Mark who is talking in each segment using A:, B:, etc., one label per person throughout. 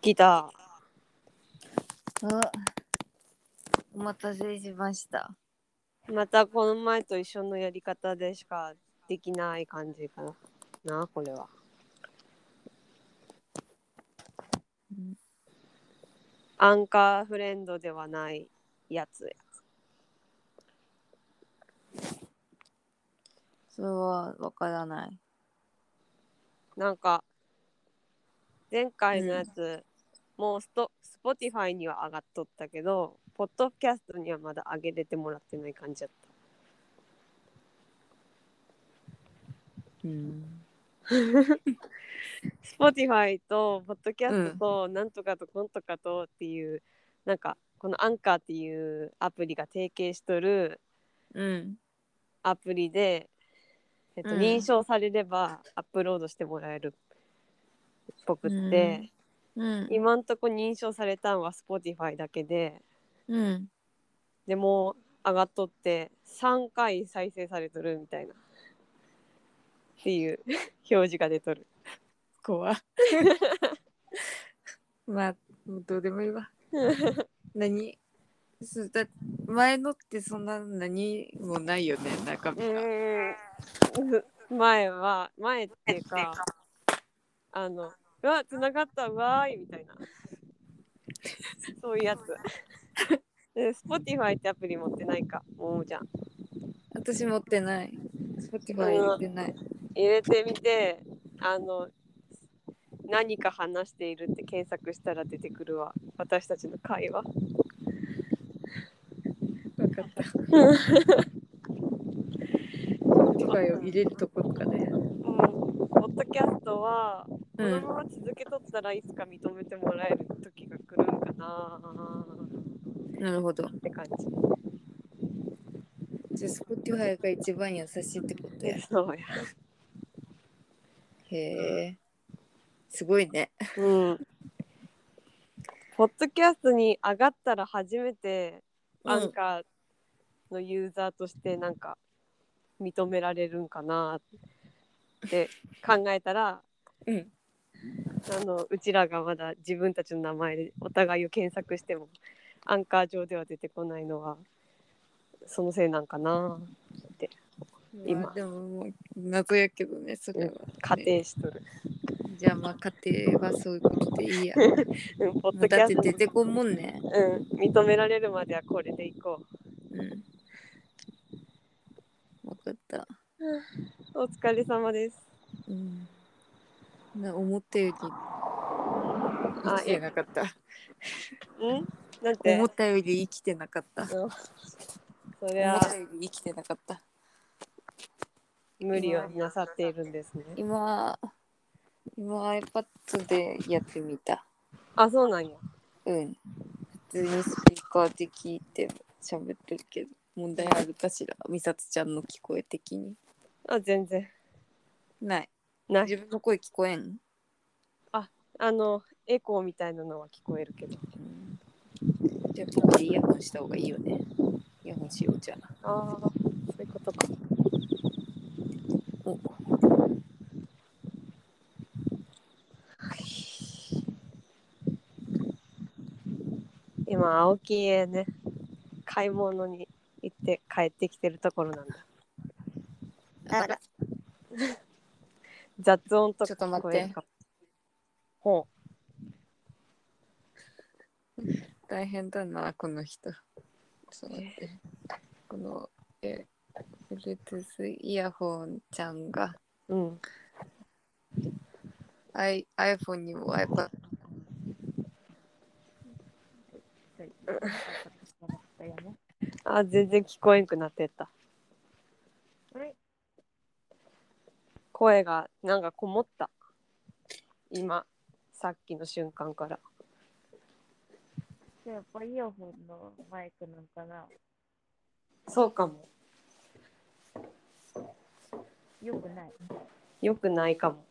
A: 来た。
B: お待たせしました。
A: またこの前と一緒のやり方でしかできない感じかな。なあ、これは。アンカーフレンドではないやつや。
B: それはわからない。
A: なんか、前回のやつ、もうスト、スポティファイには上がっとったけど、ポッドキャストにはまだ上げれてもらってない感じやった。
B: うん。
A: Spotify と Podcast となんとかとこんとかとっていう、なんかこのアンカーっていうアプリが提携しとる
B: うん。
A: アプリで、えっと、
B: うん
A: 認証されればアップロードしてもらえるっぽくって、
B: うん。
A: 今んとこ認証されたんは Spotify だけで
B: うん。
A: でもう上がっとって3回再生されとるみたいなっていう 表示が出とる。
B: 怖まあ、もうどうでもいい わ。何すだ前のってそんな何もないよね、中身
A: う
B: が。
A: ーん前は前っていうかあのうわつながったうわーいみたいなそういうやつで Spotify ってアプリ持ってないかももちゃん
B: 私持ってない。Spotify 持ってない。
A: 入れてみてあの何か話しているって検索したら出てくるわ私たちの会話
B: わかった。Spotify を入れるところからや。
A: うんポッドキャストはこ
B: う
A: の
B: ん。
A: まま続けとったらいつか認めてもらえる時が来るんかな
B: なるほど。
A: って感じ
B: じゃあ Spotify が一番優しいってこと や。
A: そうや
B: へえ。すごいね。
A: うんポッドキャストに上がったら初めてアンカーのユーザーとしてなんか認められるんかなって考えたら
B: うん。
A: あのうちらがまだ自分たちの名前でお互いを検索してもアンカー上では出てこないのはそのせいなんかな今
B: まあでももう謎やけどね、それは。
A: 仮定しとる。
B: じゃあまあ家庭はそういうことでいいや。
A: うんポッ
B: もう
A: ドキ
B: だ
A: ャ
B: っ て
A: スト
B: 出てこんもんね。
A: うん、認められるまではこれでいこ
B: うん。わかった。
A: う。お疲れ様です。
B: うん。な思ったより生きてなかった。
A: うんなんて
B: 思ったより生きてなかった。思
A: う
B: っ
A: んそれは
B: たより生きてなかった。
A: 無理をなさっているんですね。
B: 今、今 iPad でやってみた。
A: あ、そうなんや。
B: うん。普通にスピーカーで聞いて喋ってるけど、問題あるかしら美里ちゃんの聞こえ的に。
A: あ、全然。
B: ない。
A: ない。
B: 自分の声聞こえん、
A: あの、エコーみたいなのは聞こえるけど。
B: じゃあ、ここでイヤホンした方がいいよね。イヤホンしようじゃな。
A: ああ、そういうことか。
B: お
A: 今、青木へね、買い物に行って帰ってきてるところなんだ。
B: あら、
A: 雑音と
B: ち
A: か
B: ょっと
A: 聞
B: 待
A: こ
B: っ
A: える
B: て
A: か。。ほ
B: 大変だな、この人。ちょっと待って。この、え、Bluetooth イヤホンちゃんが、
A: う。うん。
B: I、iPhone にも iPad
A: あ、全然聞こえんくなってった。声がなんかこもった。今、さっきの瞬間から。
C: じゃあやっぱイヤホンのマイクなんかな
A: そうかも。
C: よくない。
A: よくないかも。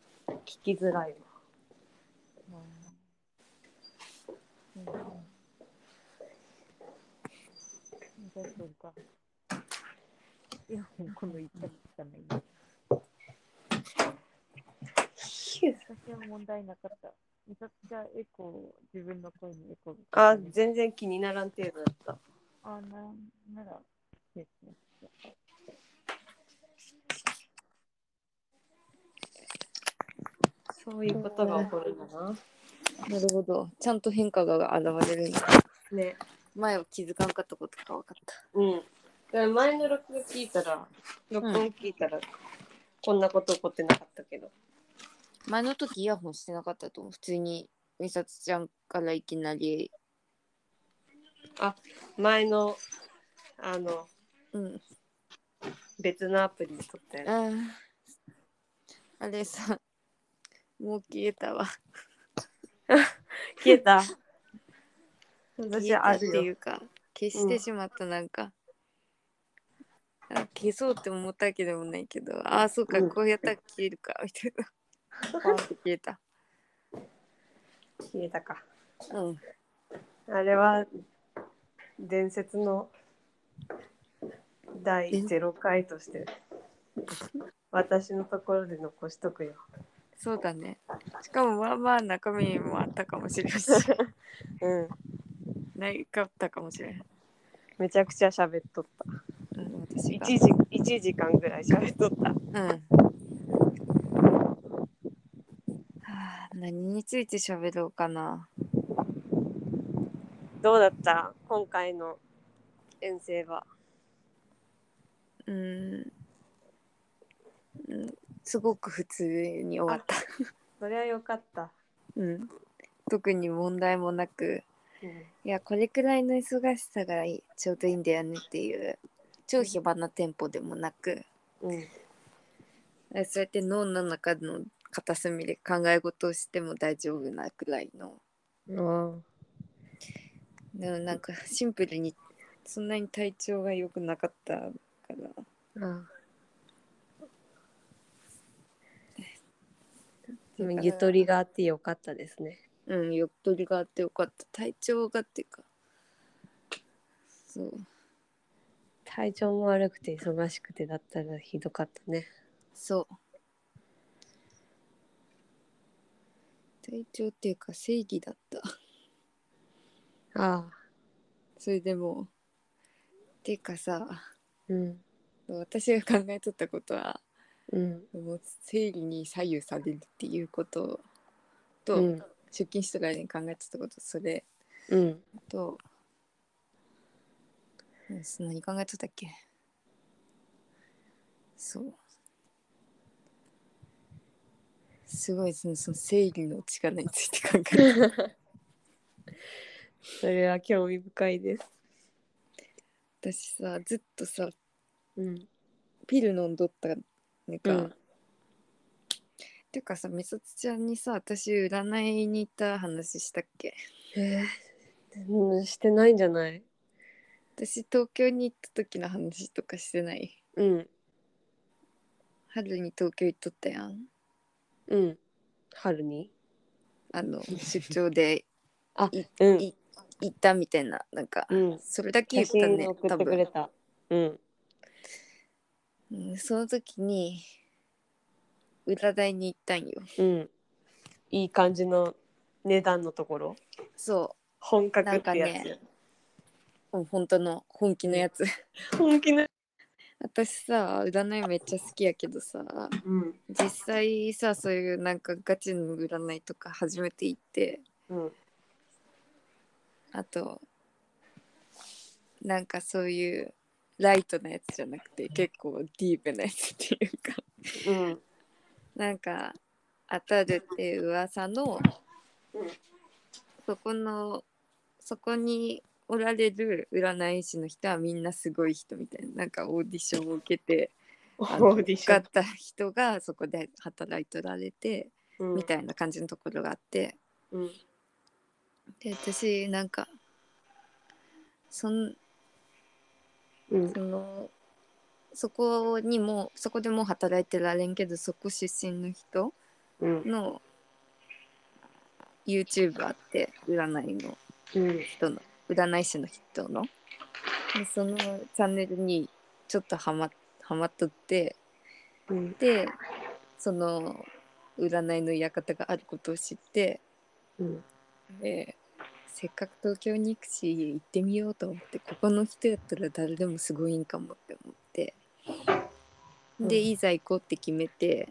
A: 聞きづらいわ。
C: うん。じゃあそうか。イヤホンこの一択しかない。私は問題なかった。めちゃくちゃエコー、自分の声にエコーが。
A: あ、全然気にならん程度だった。
C: あ、なんなら、ですね。
A: そういうことが起こるんだな。
B: なるほど。ちゃんと変化が現れるんだ。
A: ね。
B: 前は気づかんかったことが分かっ
A: うん。だから前の録画聞いたら、録音聞いたら、こんなこと起こってなかったけど。
B: た。前の時イヤホンしてなかったと思う。普通に美里ちゃんからいきなり、
A: 前の、あの、
B: うん、
A: 別のアプリで撮ったや
B: あーあれさ、もう消えたわ。
A: つ。消えた。。
B: 消えたっていううか、消してしまったなんか。あ消そうって思ったわけでもないけど、ああ、そうか、
A: うん
B: こうやったら消えるか、みたいな。パーンって消えた。
A: 消えたか。
B: うん。
A: あれは、伝説の第0回として、私のところで残しとくよ。
B: そうだね。しかも、まあまあ中身もあったかもしれない し、
A: うん。
B: ないかったかもしれない。
A: めちゃくちゃ喋っとった。
B: うん、私が。
A: 1時 ,1 時間ぐらい喋っとった。
B: うん。はあ、何について喋ろうかな。
A: どうだった今回の遠征は。
B: うーん。うんすごく普通に終わった。
A: それは良かった。
B: うん。特に問題もなく、
A: うん
B: いや、これくらいの忙しさがいいちょうどいいんだよねっていう、超暇なテンポでもなく、
A: うん
B: そうやって脳の中の片隅で考え事をしても大丈夫なくらいの、
A: うん
B: でもなんかシンプルにそんなに体調が良くなかったから、
A: うん
B: でも
A: ゆ
B: ゆ
A: と
B: と
A: りがあってよかったですね。
B: うん、ゆとりがあってよかった。体調がっていうか、そう、
A: 体調も悪くて忙しくてだったらひどかったね。
B: そう。体調っていうか正義だった。
A: ああ。
B: それでもっていうかさ
A: うん。
B: 私が考えとったことは
A: うん。
B: もう生理に左右されるっていうことと、
A: うん。
B: 出勤してからに考えとったことそれ
A: うん。
B: と、うん、そんなに考えとったっけそうすごいそのその生理の力について考えた
A: それは興味深いです。
B: 私さずっとさ
A: うん。
B: ピル飲んどったの
A: う
B: か、
A: ん
B: てかさみそつちゃんにさ私占いに行った話したっけ
A: えー、してないんじゃない
B: 私東京に行った時の話とかしてない
A: うん。
B: 春に東京行っとったやん
A: うん。春に
B: あの出張で
A: うん
B: い行ったみたいななんか
A: うん。
B: それだけ言
A: 写
B: ったね
A: 真送
B: 多
A: ってくれ
B: 分、
A: た。うん。
B: うん、その時に占いに行ったんよ
A: うん。いい感じの値段のところ。
B: そ
A: 本格ってやつ。
B: なんかねうもう本当の本気のやつ
A: 本気の。
B: 私さ占いめっちゃ好きやけどさ
A: うん。
B: 実際さそういうなんかガチの占いとか初めて行って
A: うん。
B: あとなんかそういうライトなやつじゃなくて結構ディープなやつっていうか
A: うん。
B: なんか当たるっていう噂の
A: うん
B: そこのそこにおられる占い師の人はみんなすごい人みたいななんかオーディションを受けて
A: オ
B: あの
A: ーディ
B: 受
A: シ
B: か
A: ョン
B: っ。た人がそこで働いとられて
A: うん
B: みたいな感じのところがあって。
A: うん。
B: で私なんかそん
A: うん
B: そ。のそこにもそこでもう働いてられんけどそこ出身の人
A: うん。
B: の YouTube あって占いの
A: うん。
B: 人の占い師の人のでそのチャンネルにちょっとハマハマっとって
A: うん。
B: でその占いの館があることを知って
D: うん
B: でせっかく東京に行くし行ってみようと思ってここの人やったら誰でもすごいんかもって思ってで
D: うん
B: いざ行こうって決めて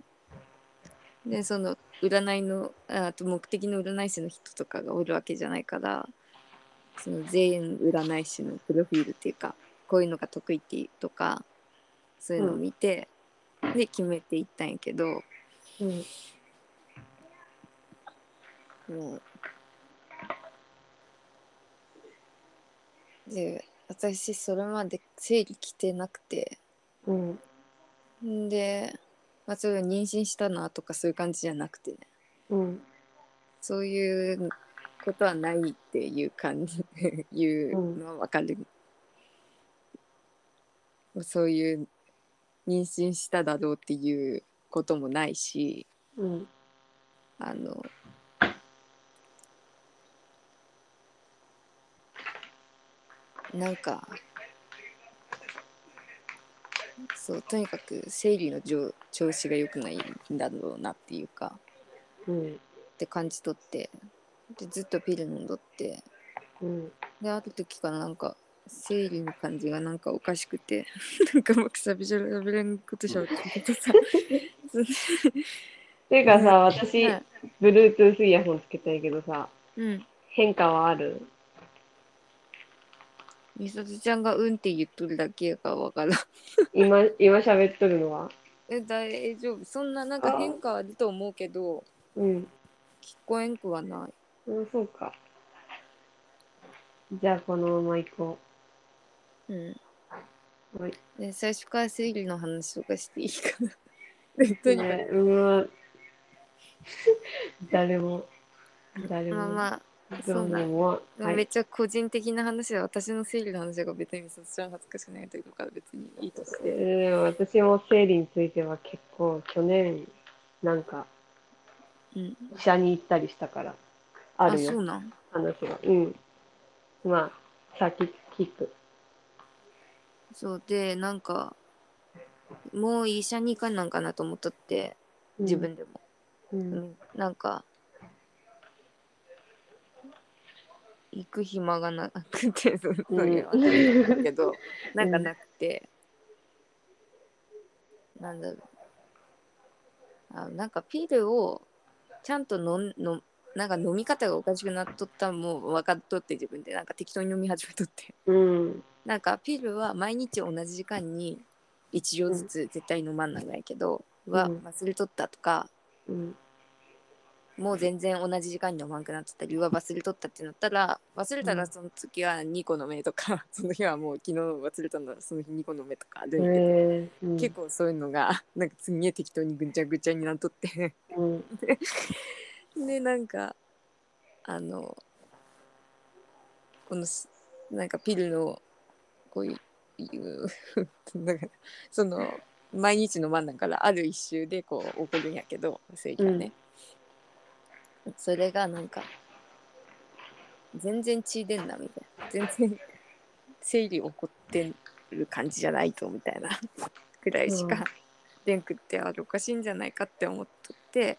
B: でその占いのああと目的の占い師の人とかがおるわけじゃないからその全員占い師のプロフィールっていうかこういうのが得意っていうとかそういうのを見て、で決めていったんやけど。
D: うん
B: もうで私それまで生理来てなくて
D: うん
B: んで、まあ、それ妊娠したなとかそういう感じじゃなくてね
D: うん
B: そういうことはないっていう感じいうのはわかる、そういう妊娠しただろうっていうこともないし
D: うん
B: あのなんかそうとにかく生理の調調子が良くないんだろうなっていうか
D: うん
B: って感じ取ってでずっとピル飲んどって
D: うん
B: である時からなんか生理の感じがなんかおかしくて なんかうまくさびしゃべれんことしゃべっててさ
D: ていうかさ私
B: はい
D: Bluetooth イヤホンつけたいけどさ
B: うん
D: 変化はある
B: みさとちゃんが「うん」って言っとるだけがわからん
D: 今 今喋っとるのは
B: え大丈夫そんななんか変化はあると思うけど
D: うん
B: 聞こえんくはない
D: うんそうかじゃあこのまま行こ
B: うん
D: うはい
B: で最初から生理の話とかしていいかな とにか
D: ねうわ誰も誰
B: く
D: も
B: まあまあ
D: ど
B: そううな
D: もはは
B: めっ
D: い
B: ちゃ個人的な話で私の生理の話が別にそっちは恥ずかしくないというから別にいいとし
D: え
B: て
D: ーでも私も生理については結構去年なんか
B: うん
D: 医者に行ったりしたからあ
B: あ
D: る
B: そ
D: よ
B: うなん
D: 話がうんまあ先聞く
B: そうでなんかもう医者に行かんなんかなと思っとって自分でも、
D: うん
B: うんなんか行く暇がなくてそうそういうわけじゃないけど、なんかなくて、なんだろうあなんかピルをちゃんと飲ん飲なんか飲み方がおかしくなっとったんもう分かっとって自分でなんか適当に飲み始めとって
D: うん
B: なんかピルは毎日同じ時間に1錠ずつ絶対飲まんなんないけど、
D: ん
B: は
D: うん
B: 忘れとったとか
D: うん
B: もう全然同じ時間に飲まんくなっちゃった理由は忘れとったってなったら忘れた
D: う
B: ら
D: ん
B: その時は2個飲めとか、 その日はもう昨日忘れたんだその日2個飲めとかで、
D: えーうん
B: 結構そういうのがなんかすんげえ適当にぐちゃぐちゃになっとって
D: うん
B: でなんかあのこのしなんかピルのこういういうなんかその毎日飲まんなんからある一周でこう起こるんやけど生理がね、それがなんか全然血出んなみたいな全然生理起こってる感じじゃないとみたいな ぐらいし
D: うん
B: か出んくってあれおかしいんじゃないかって思っとって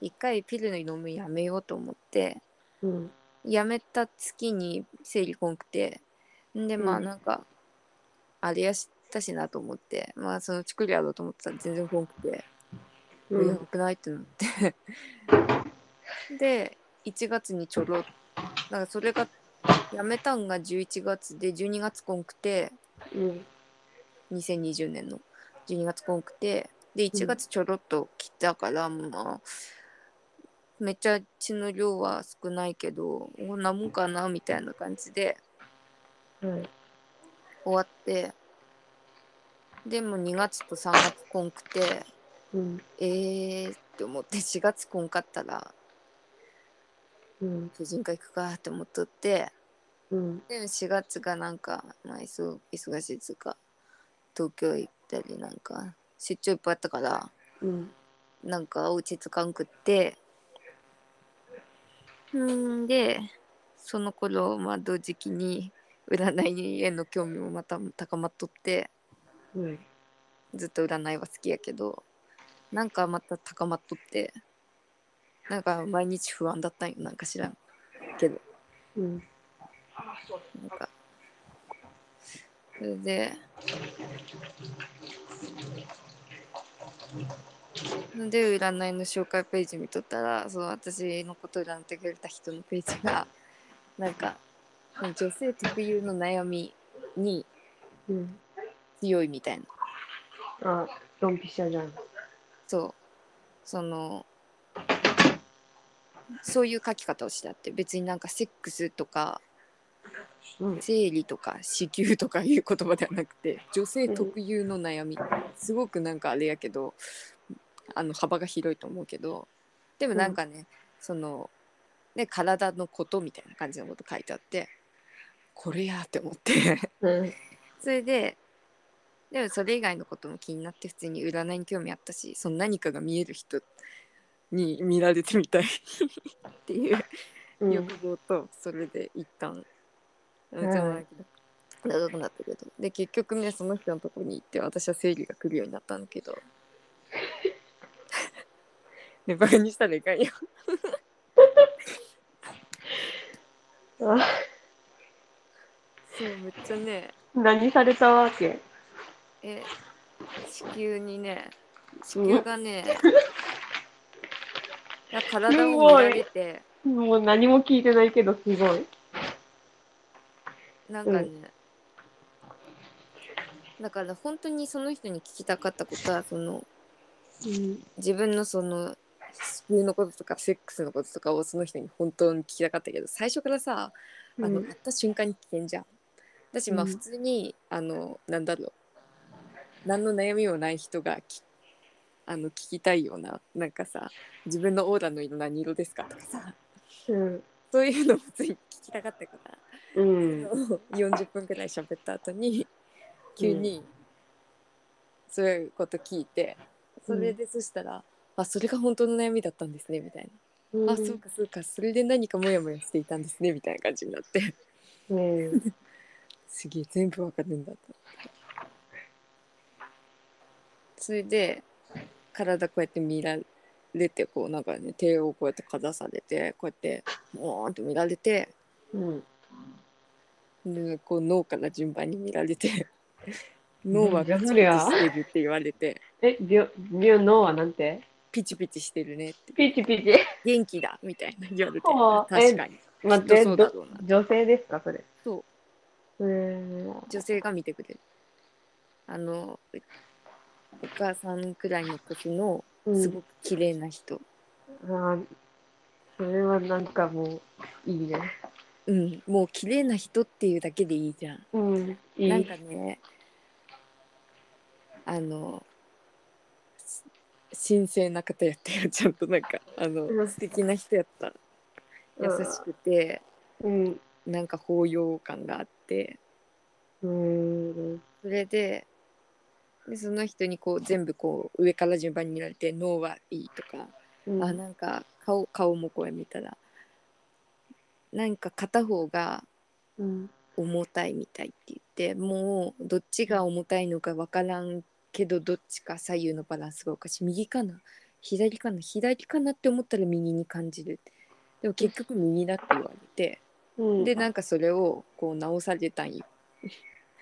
B: 一回ピルの飲むのやめようと思って
D: うん
B: やめた月に生理こんくてんでまあ
D: うん
B: なんか、あれやしたしなと思ってまあそのチクリやろうと思ってたら全然こんくて。
D: う
B: やば
D: ん
B: くないってなって で1月にちょろなんかそれがやめたんが11月で12月こんくて
D: うん
B: 2020年の12月こんくてで1月ちょろっと来たから、まあめっちゃ血の量は少ないけどこんなもんかなみたいな感じで
D: はい
B: 終わってでも2月と3月こんくて
D: うん
B: えーって思って4月こんかったら
D: うん
B: 婦人科行くかって思っとって
D: うん
B: で4月がなんか、まあ、忙忙しいっつうか東京行ったりなんか出張いっぱいあったから
D: うん
B: なんか落ち着かんくってうんでその頃まあ同時期に占いへの興味もまた高まっとって
D: うん
B: ずっと占いは好きやけどなんかまた高まっとってなんか毎日不安だったんよなんか知らんけど
D: うん
B: なんかそれでで占いの紹介ページ見とったらその私のことを占ってくれた人のページがなんか女性特有の悩みに
D: うん
B: 強いみたいな
D: あドンピシャじゃん
B: そうそのそういう書き方をしてあって別になんかセックスとか
D: うん
B: 生理とか子宮とかいう言葉ではなくて女性特有の悩みすごくなんかあれやけどあの幅が広いと思うけどでもなんかね、そのね体のことみたいな感じのこと書いてあってこれやって思って
D: うん
B: それででもそれ以外のことも気になって普通に占いに興味あったしその何かが見える人に見られてみたい っていう
D: うん
B: 欲望とそれで一旦うんんじゃないけど長くなったけどで結局ねその人のとこに行って私は生理が来るようになったんだけど ねバカにしたらいかんよ
D: あ
B: そうめっちゃね
D: 何されたわけ
B: え子宮にね子宮が ねいや体を見られて
D: もう何も聞いてないけどすごい
B: なんかね、だから本当にその人に聞きたかったことはその
D: うん
B: 自分のその子宮のこととかセックスのこととかをその人に本当に聞きたかったけど最初からさあの、やった瞬間に聞けんじゃん。だしまあ
D: うん
B: 普通に、あのなんだろう何の悩みもない人がきあの聞きたいようななんかさ自分のオーラの色何色ですかとかさ
D: うん
B: そういうのもつい聞きたかったから。
D: うん
B: 40分くらい喋った後に急にそういうこと聞いて、それでそしたら、あそれが本当の悩みだったんですねみたいな、あそうかそうかそれで何かモヤモヤしていたんですねみたいな感じになって
D: うん
B: すげえ全部わかるんだとそれで体こうやって見られてこうなんかね手をこうやってかざされてこうやってもーンと見られて
D: うん
B: でこう脳から順番に見られて脳はガチ
D: そ
B: ピチ
D: りゃ
B: してるって言われて
D: えビュビュノーはなんて
B: ピチピチしてるねって
D: ピチピチ
B: 元気だみたいな言われて
D: はあ
B: 確かに
D: 待っ
B: きっと
D: て
B: そうだ
D: ど
B: ろうな
D: 女性ですかそれ
B: そう
D: ーん
B: 女性が見てくれるあのお母さんくらいの時の
D: うん
B: すごく綺麗な人
D: あーそれはなんかもういいね
B: うん、もう綺麗な人っていうだけでいいじゃん
D: うんいい
B: なんかねあのし神聖な方やったよ ちゃんとなんかあの
D: うん
B: 素敵な人やった優しくて
D: うん
B: なんか包容感があって
D: うん
B: それででその人にこう全部こう上から順番に見られて脳はいいとか、
D: うん
B: あなんか顔顔もこう見たらなんか片方が
D: うん
B: 重たいみたいって言ってもうどっちが重たいのか分からんけどどっちか左右のバランスがおかしい右かな左かな左かなって思ったら右に感じるでも結局右だって言われて
D: うん
B: でなんかそれをこう直されたんよ。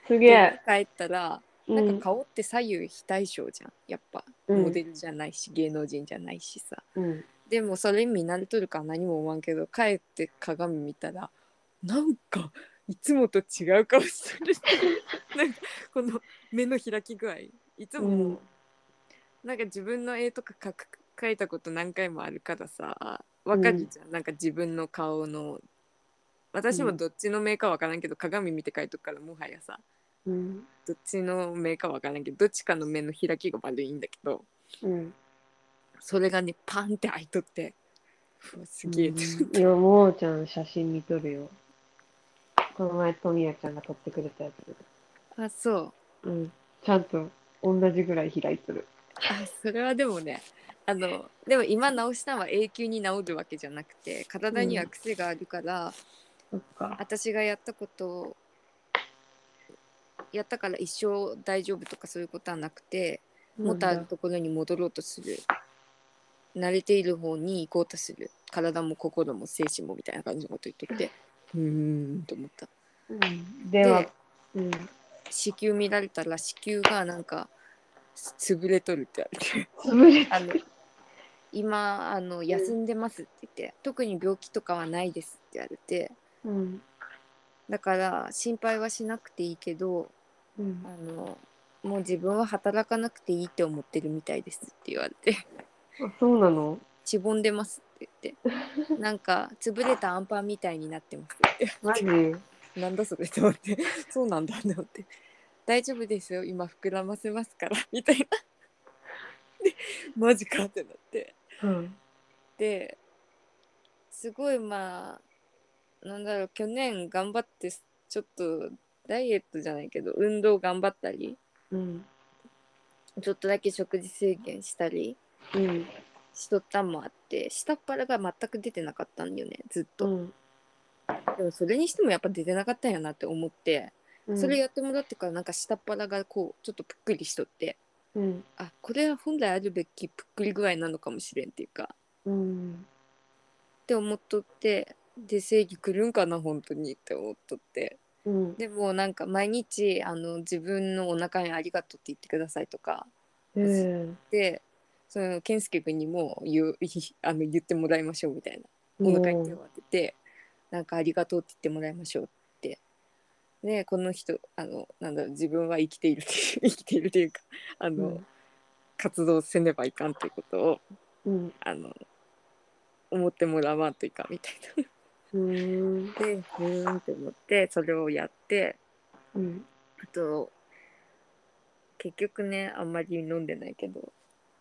D: すげ
B: で
D: え
B: 帰ったら
D: う
B: なん
D: ん
B: か顔って左右非対称じゃんやっぱ
D: うん
B: モデルじゃないし芸能人じゃないしさ
D: うん
B: でもそれ見慣れとるから何も思わんけど帰って鏡見たらなんかいつもと違う顔し てるなんかこの目の開き具合いつも、
D: うん
B: なんか自分の絵とか描く描いたこと何回もあるからさわかるじゃん、なんか自分の顔の私もどっちの目かわからんけど、鏡見て描いとくからもはやさ
D: うん
B: どっちの目かわからんけどどっちかの目の開きが悪いんだけど、
D: うん
B: それがねパンって開いとってうわすげえって、
D: うんいやもうちゃん写真見とるよこの前とみやちゃんが撮ってくれたやつ
B: あそう
D: うんちゃんと同じぐらい開いてる。
B: あそれはでもねあのでも今直したのは永久に治るわけじゃなくて体には癖があるから、
D: そっか。
B: 私がやったことをやったから一生大丈夫とかそういうことはなくて、もっとあるところに戻ろうとする慣れている方に行こうとする体も心も精神もみたいな感じのこと言っとってうーんと思った
C: うん、では、うん、
B: 子宮見られたら子宮がなんか潰れとるって
C: 潰れ
B: あれあの今あの休んでますって言って特に病気とかはないですって言われて
C: うん、
B: だから心配はしなくていいけど
C: うん、
B: あのもう自分は働かなくていいって思ってるみたいですって言われて
C: あそうなの
B: しぼんでますって言ってなんか潰れたアンパンみたいになってますって
C: マジ
B: なんだそれと思ってそうなんだと思って大丈夫ですよ今膨らませますからみたいなでマジかってなって
C: うん、
B: ですごいまあなんだろう去年頑張ってちょっとダイエットじゃないけど運動頑張ったり
C: うん、
B: ちょっとだけ食事制限したり
C: うん、
B: しとったんもあって下っ腹が全く出てなかったんよねずっ
C: う
B: と、
C: ん
B: でもそれにしてもやっぱ出てなかったんやなって思って、
C: うん、
B: それやってもらってからなんか下っ腹がこうちょっとぷっくりしとって
C: うん、
B: あこれは本来あるべきぷっくり具合なのかもしれんっていうか
C: うん、
B: って思っとってで正義来るんかな本当にって思っとって
C: うん、
B: でもなんか毎日あの自分のお腹に「ありがとう」って言ってくださいとか
C: うん、
B: でその健介君にも言う あの言ってもらいましょうみたいなお腹に手を当ててなんか「ありがとう」って言ってもらいましょうってでこの人あのなんだろう自分は生きている っていう生きているというかあの、
C: うん
B: 活動せねばいかんということを
C: うん、
B: あの思ってもらわんといかんみたいな。
C: うん、
B: でふーんって思ってそれをやって
C: うん、
B: あと結局ねあんまり飲んでないけど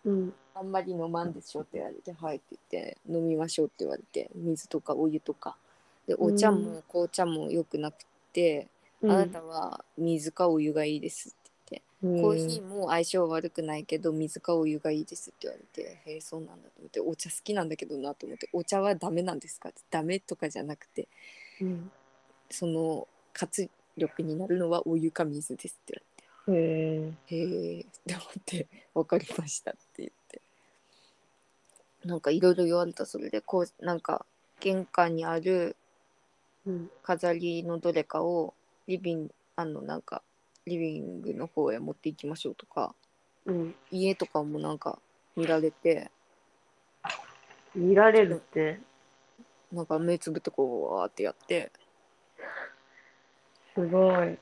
C: うん、
B: あんまり飲まんでしょって言われて「はい」って言って「飲みましょう」って言われて水とかお湯とかでお茶も紅茶も良くなくて、あなたは水かお湯がいいですって
C: コ
B: 言って、コーヒーも相性悪くないけど水かお湯がいいですって言われて「へえそうなんだ」と思って「お茶好きなんだけどな」と思って「お茶はダメなんですか?」って「ダメ」とかじゃなくて
C: うん、
B: その活力になるのはお湯か水ですって言われて。
C: へえ、
B: へえって思って「分かりました」って言ってなんかいろいろ言われたそれでこうなんか玄関にある
C: うん、
B: 飾りのどれかをリビングあのなんかリビングの方へ持っていきましょうとか
C: うん、
B: 家とかもなんか見られて
C: 見られるって
B: なんか目つぶってこうわーってやって
C: すごい。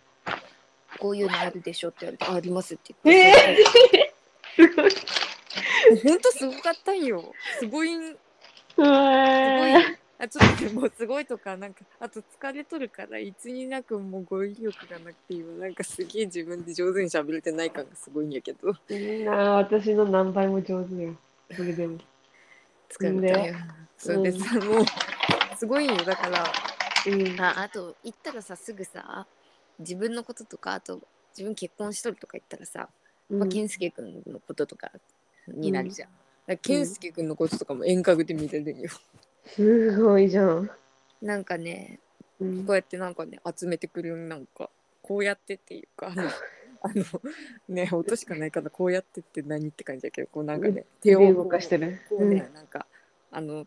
B: こういうのあるでしょって言われてあありますって言
C: え
B: って、
C: すごい。す
B: ほんとすごかったんよすごいん
C: ご
B: す
C: い
B: ごい。あちょっとでもうすごいとかなんかあと疲れとるからいつになくもう語彙力がなくて今なんかすげえ自分で上手に喋れてない感がすごいんやけど
C: みんな私の何倍も上手よ。それでも。
B: 疲れたよ、そうで
C: うん
B: さ、もうすごいよだから
C: うん。
B: ああと行ったらさすぐさ自分のこととかあと自分結婚しとるとか言ったらさ、
C: うん
B: まあ、健介君のこととかになるじゃん、だから健介君のこととかも遠隔で見れるんよ、
C: すごいじゃん。
B: なんかね
C: うん
B: こうやってなんかね集めてくるなんかこうやってっていうかあ のあのね音しかないからこうやってって何って感じだけどこうなんかね手
C: 手
B: をこう
C: を動かしてる。
B: こうね、なんかあの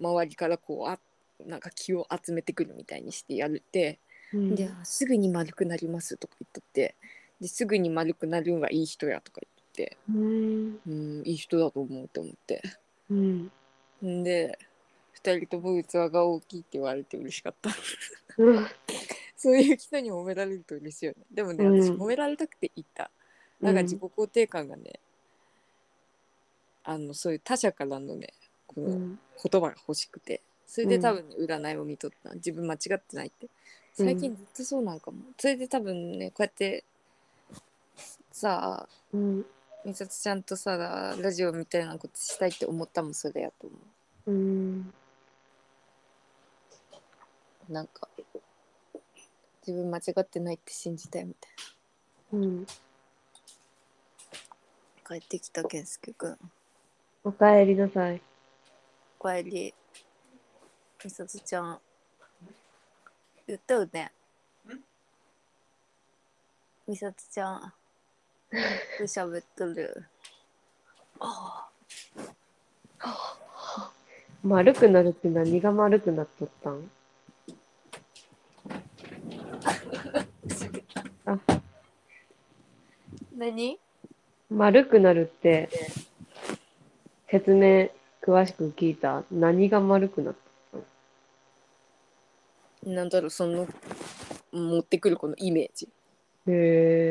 B: 周りからこうあなんか気を集めてくるみたいにしてやるって、
C: うん
B: であすぐに丸くなりますとか言っとってですぐに丸くなるんがいい人やとか言って
C: うん。
B: うんいい人だと思うと思って
C: うん。
B: んで2人とも器が大きいって言われて嬉しかった。
C: うん
B: そういう人に褒められると嬉しいよね。でもね、
C: うん
B: 私褒められたくて言った。なんか自己肯定感がね、あのそういう他者からのね、こ
C: う
B: の
C: ん
B: 言葉が欲しくて、それで多分ね、占いを見とった。自分間違ってないって。最近ずっとそうなんかも。それで多分ね、こうやってさあ、
C: うん。
B: 美里ちゃんとさ、ラジオみたいなことしたいって思ったもんそれやと思
C: うん。
B: う。なんか、自分間違ってないって信じたいみたいな。
C: うん。
B: 帰ってきた健介くん。
C: おかえりなさい。
B: おかえり。みさつちゃん。言ったよね。みさつちゃん。喋っとる。ああ。
A: 丸くなるって何が丸くなっとったんあ
B: 何
A: 丸くなるって説明詳しく聞いた何が丸くなっ
B: なんだろうその持ってくるこのイメージ
A: たへ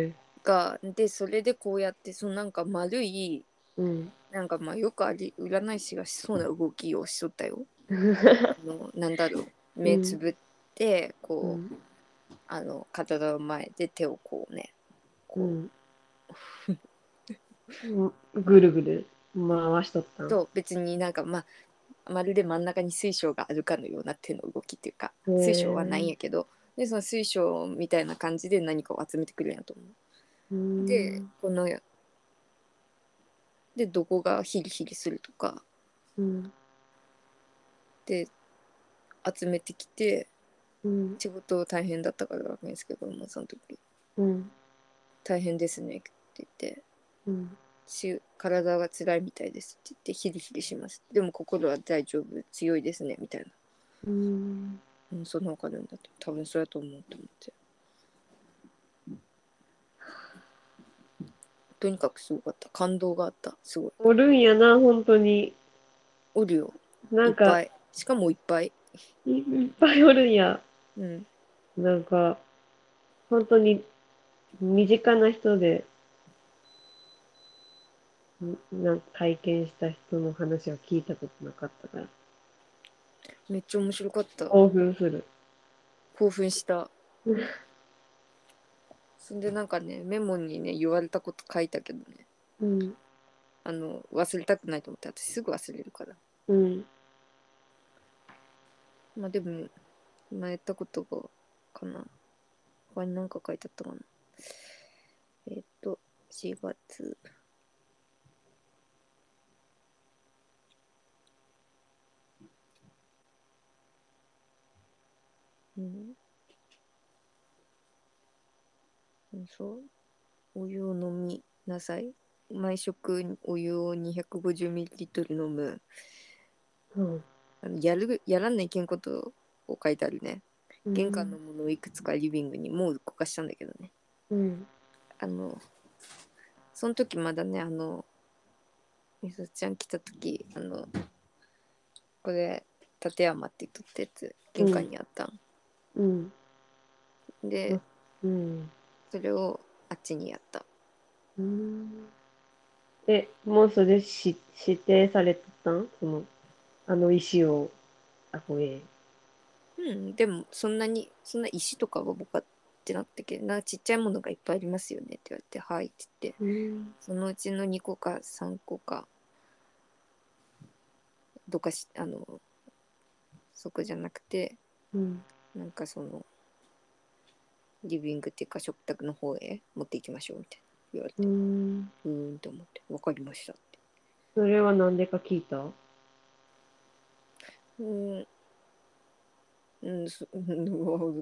A: え
B: がでそれでこうやってそのなんか丸い
A: うん
B: なんかまあよくあり占い師がしそうな動きをしとったよ。あのなんだろう目つぶってこう、
A: うん
B: あの体の前で手をこうね
A: うんぐるぐる回しとったん
B: と別になんかまあまるで真ん中に水晶があるかのような手の動きっていうか
A: へー
B: 水晶はないんやけどでその水晶みたいな感じで何かを集めてくるんやと思
A: うん
B: う。でこのでどこがヒリヒリするとか
A: うん
B: で集めてきて
A: うん
B: 仕事大変だったからなんですけどもうその時
A: うん
B: 大変ですねって言って
A: うん
B: し体が辛いみたいですって言ってヒリヒリしますでも心は大丈夫強いですねみたいな、
A: うん
B: うん、そんなわかるんだって多分それだと思うと思ってとにかくすごかった感動があったすごい
A: おるんやな本当に
B: おるよ
A: ないん
B: っぱ
A: か
B: いしかもいっぱい
A: い いっぱいおるんや
B: うん
A: なんか本当に身近な人でんなんか体験した人の話は聞いたことなかったから
B: めっちゃ面白かった
A: 興奮する
B: 興 奮した
A: うん
B: そんでなんかねメモにね言われたこと書いたけどね
A: うん
B: あの忘れたくないと思って私すぐ忘れるから
A: うん
B: まあでも、今やったことが、かな。他に何か書いてあったかな。えーっと、4月。うん。うんそう。お湯を飲みなさい。毎食お湯を 250ml 飲む。
A: うん
B: あのやるやらないけんことを書いてあるね。
A: うん
B: 玄関のものをいくつかリビングにもう動かしたんだけどね
A: うん
B: あのその時まだねあのみさちゃん来た時あのこれ立山って取ったやつ玄関にあったん、
A: うん
B: で
A: うん
B: それをあっちにやった
A: うんえもうそれし指定されてたんそのあの石をあこれ
B: うんでもそんなにそんな石とかは僕はってなったけどなちっちゃいものがいっぱいありますよねって言われて「はい」って言って
A: うん
B: そのうちの2個か3個かどかしあのそこじゃなくて
A: うん
B: なんかそのリビングっていうか食卓の方へ持っていきましょうみたいな言われて
A: うん
B: うーんと思って分かりましたって
A: それはなんでか聞いた
B: うーんうんそ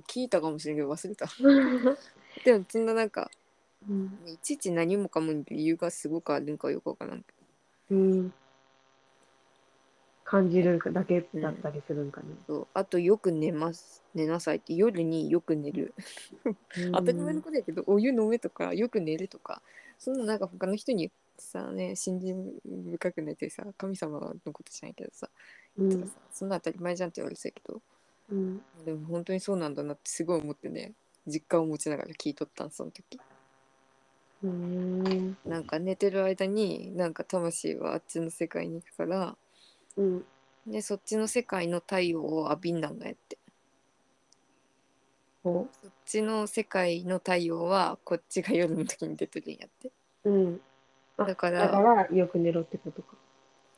B: 聞いたかもしれんけ ど忘れた でもそんななんか
A: うん
B: いちいち何もかもに理由がすごくあるのかよくわからんけ
A: うん感じるだけだったりするんかね。
B: どあとよく寝ます寝なさいって夜によく寝る当たり前のことやけどお湯飲めとかよく寝るとかそんななんか他の人にさね信心深く寝てさ神様のことじゃないけどさ,、
A: うん
B: とかさそんな当たり前じゃんって言われてたけど
A: うん
B: でも本当にそうなんだなってすごい思ってね実感を持ちながら聞いとったんその時
A: うん
B: なんか寝てる間になんか魂はあっちの世界に行くから
A: うん
B: でそっちの世界の太陽を浴びんなんがやって
A: ほ
B: そっちの世界の太陽はこっちが夜の時に出てるんやって
A: ううんあ
B: だか
A: だかららよく寝ろってことか。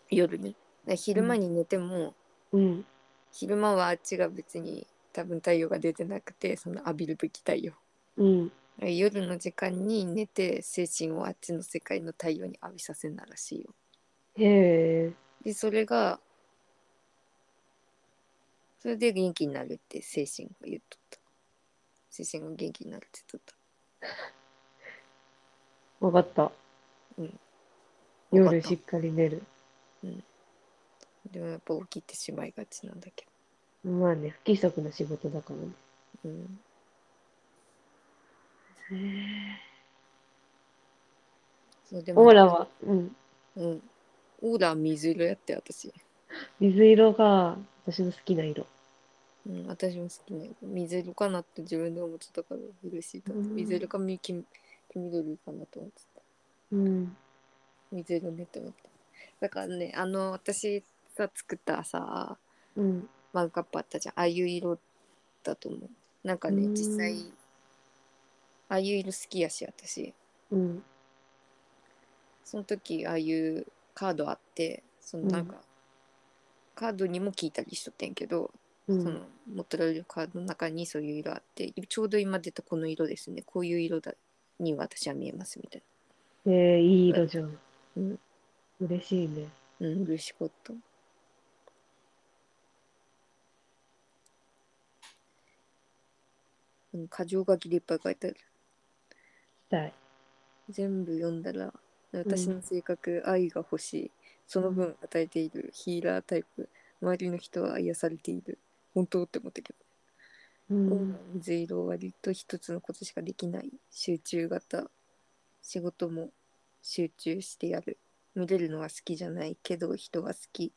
B: 夜にで昼間に寝ても、
A: うん
B: 昼間はあっちが別に多分太陽が出てなくてその浴びるべき太陽
A: うん
B: 夜の時間に寝て精神をあっちの世界の太陽に浴びさせんならしいよ
A: へえ
B: でそれがそれで元気になるって精神が言っとった精神が元気になるって言っとっ
A: わかった
B: うん。
A: 夜しっかり寝る
B: うん。でもやっぱ起きてしまいがちなんだけ
A: まあね、不規則な仕事だからね。
B: ど、うん、そうでも
A: オーラは、うん、
B: うん、オーラは水色やって私、
A: 水色が私の好きな色。
B: うん、私も好きな色水色かなって自分で思ってたから嬉しいと思って
A: うん
B: 水色かみ黄黄緑かなと思ってた
A: うん。
B: 水色ねって思っただからねあの私さ作ったさ
A: うん。
B: マグカップあったじゃんああいう色だと思うなんかね
A: うん
B: 実際ああいう色好きやし私
A: うん。
B: その時ああいうカードあってそのなんか、カードにも聞いたりしとってんけど、
A: う
B: その
A: ん。
B: 持ってられるカードの中にそういう色あってちょうど今出たこの色ですねこういう色だに私は見えますみたい
A: えー、いい色じゃん。
B: うん。
A: 嬉しいね。
B: なうん嬉しかったうん箇条書きでいっぱい書いてある
A: したい。
B: 全部読んだら私の性格、愛が欲しいその分与えているヒーラータイプ周りの人は癒されている本当って思ったけ
A: う
B: ど、
A: ん。
B: 水色は割と一つのことしかできない集中型仕事も集中してやる見れるのは好きじゃないけど人は好き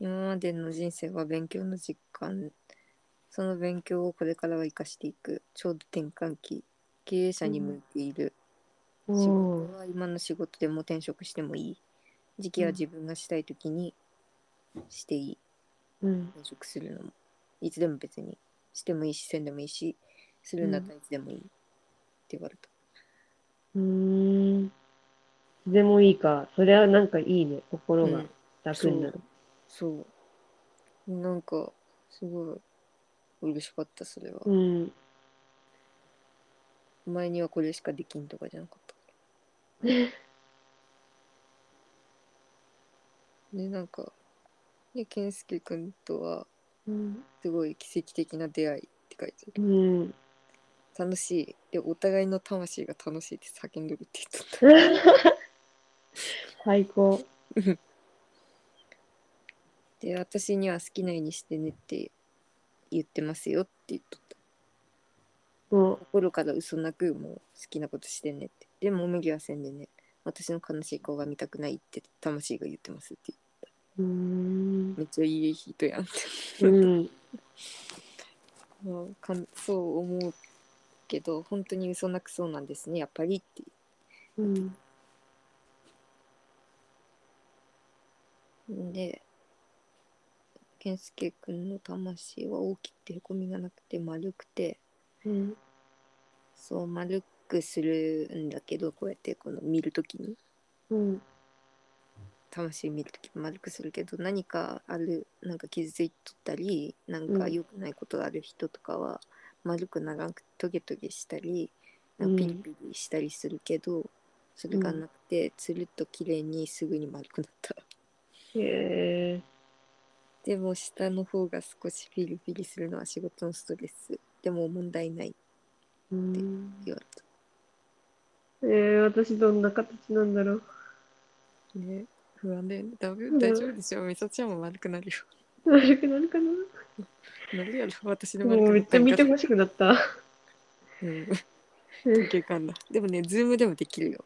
B: 今までの人生は勉強の実感その勉強をこれからは生かしていくちょうど転換期経営者に向いている、
A: う
B: 仕
A: ん
B: 事は今の仕事でも転職してもいい時期は自分がしたい時にしていい
A: うん。
B: 転職するのもいつでも別にしてもいいしせんでもいいしするんだったらいつでもいいって言われた、
A: うん。でもいいか。それはなんかいいね。心
B: う
A: が
B: ん
A: 楽になる。
B: そうなんかすごい嬉しかったそれは、
A: うん。
B: 前にはこれしかできんとかじゃなかったからでなんかで健介君とは
A: うん。
B: すごい奇跡的な出会いって書いてある
A: うん。
B: 楽しいでお互いの魂が楽しいって叫んでるって言っとった
A: 最高。
B: で私には好きなようにしてねって言ってますよって言っとった
A: も
B: 心から嘘なくもう好きなことしてねってでも麦はせんでね私の悲しい顔が見たくないって魂が言ってますって
A: う。うん。
B: めっちゃいい人やんって
A: うん。
B: まあかんそう思うけど本当に嘘なくそうなんですねやっぱりって
A: うん。
B: で健介くんの魂は大きくてへこみがなくて丸くて
A: うん。
B: そう丸くするんだけどこうやってこの見るときに
A: うん。
B: 魂見るとき丸くするけど何かあるなんか傷ついとったりなんか
A: うん
B: 良くないことがある人とかは丸くならんくトゲトゲしたりな
A: うんん
B: かピリピリしたりするけど、それがなくてつるっと綺麗にすぐに丸くなった。
A: へえ。
B: でも下の方が少しピリピリするのは仕事のストレスでも問題ないって
A: うん。
B: 言われた
A: えー、私どんな形なんだろう。
B: ね不安だよねだぶ
A: うん
B: 大丈夫でしょみさちゃんも丸くなるよ
A: 悪くなるかな
B: なるやろ私で
A: もうめっちゃ見て
B: も
A: ほしくなった。
B: うん統計感だでもねズームでもできるよ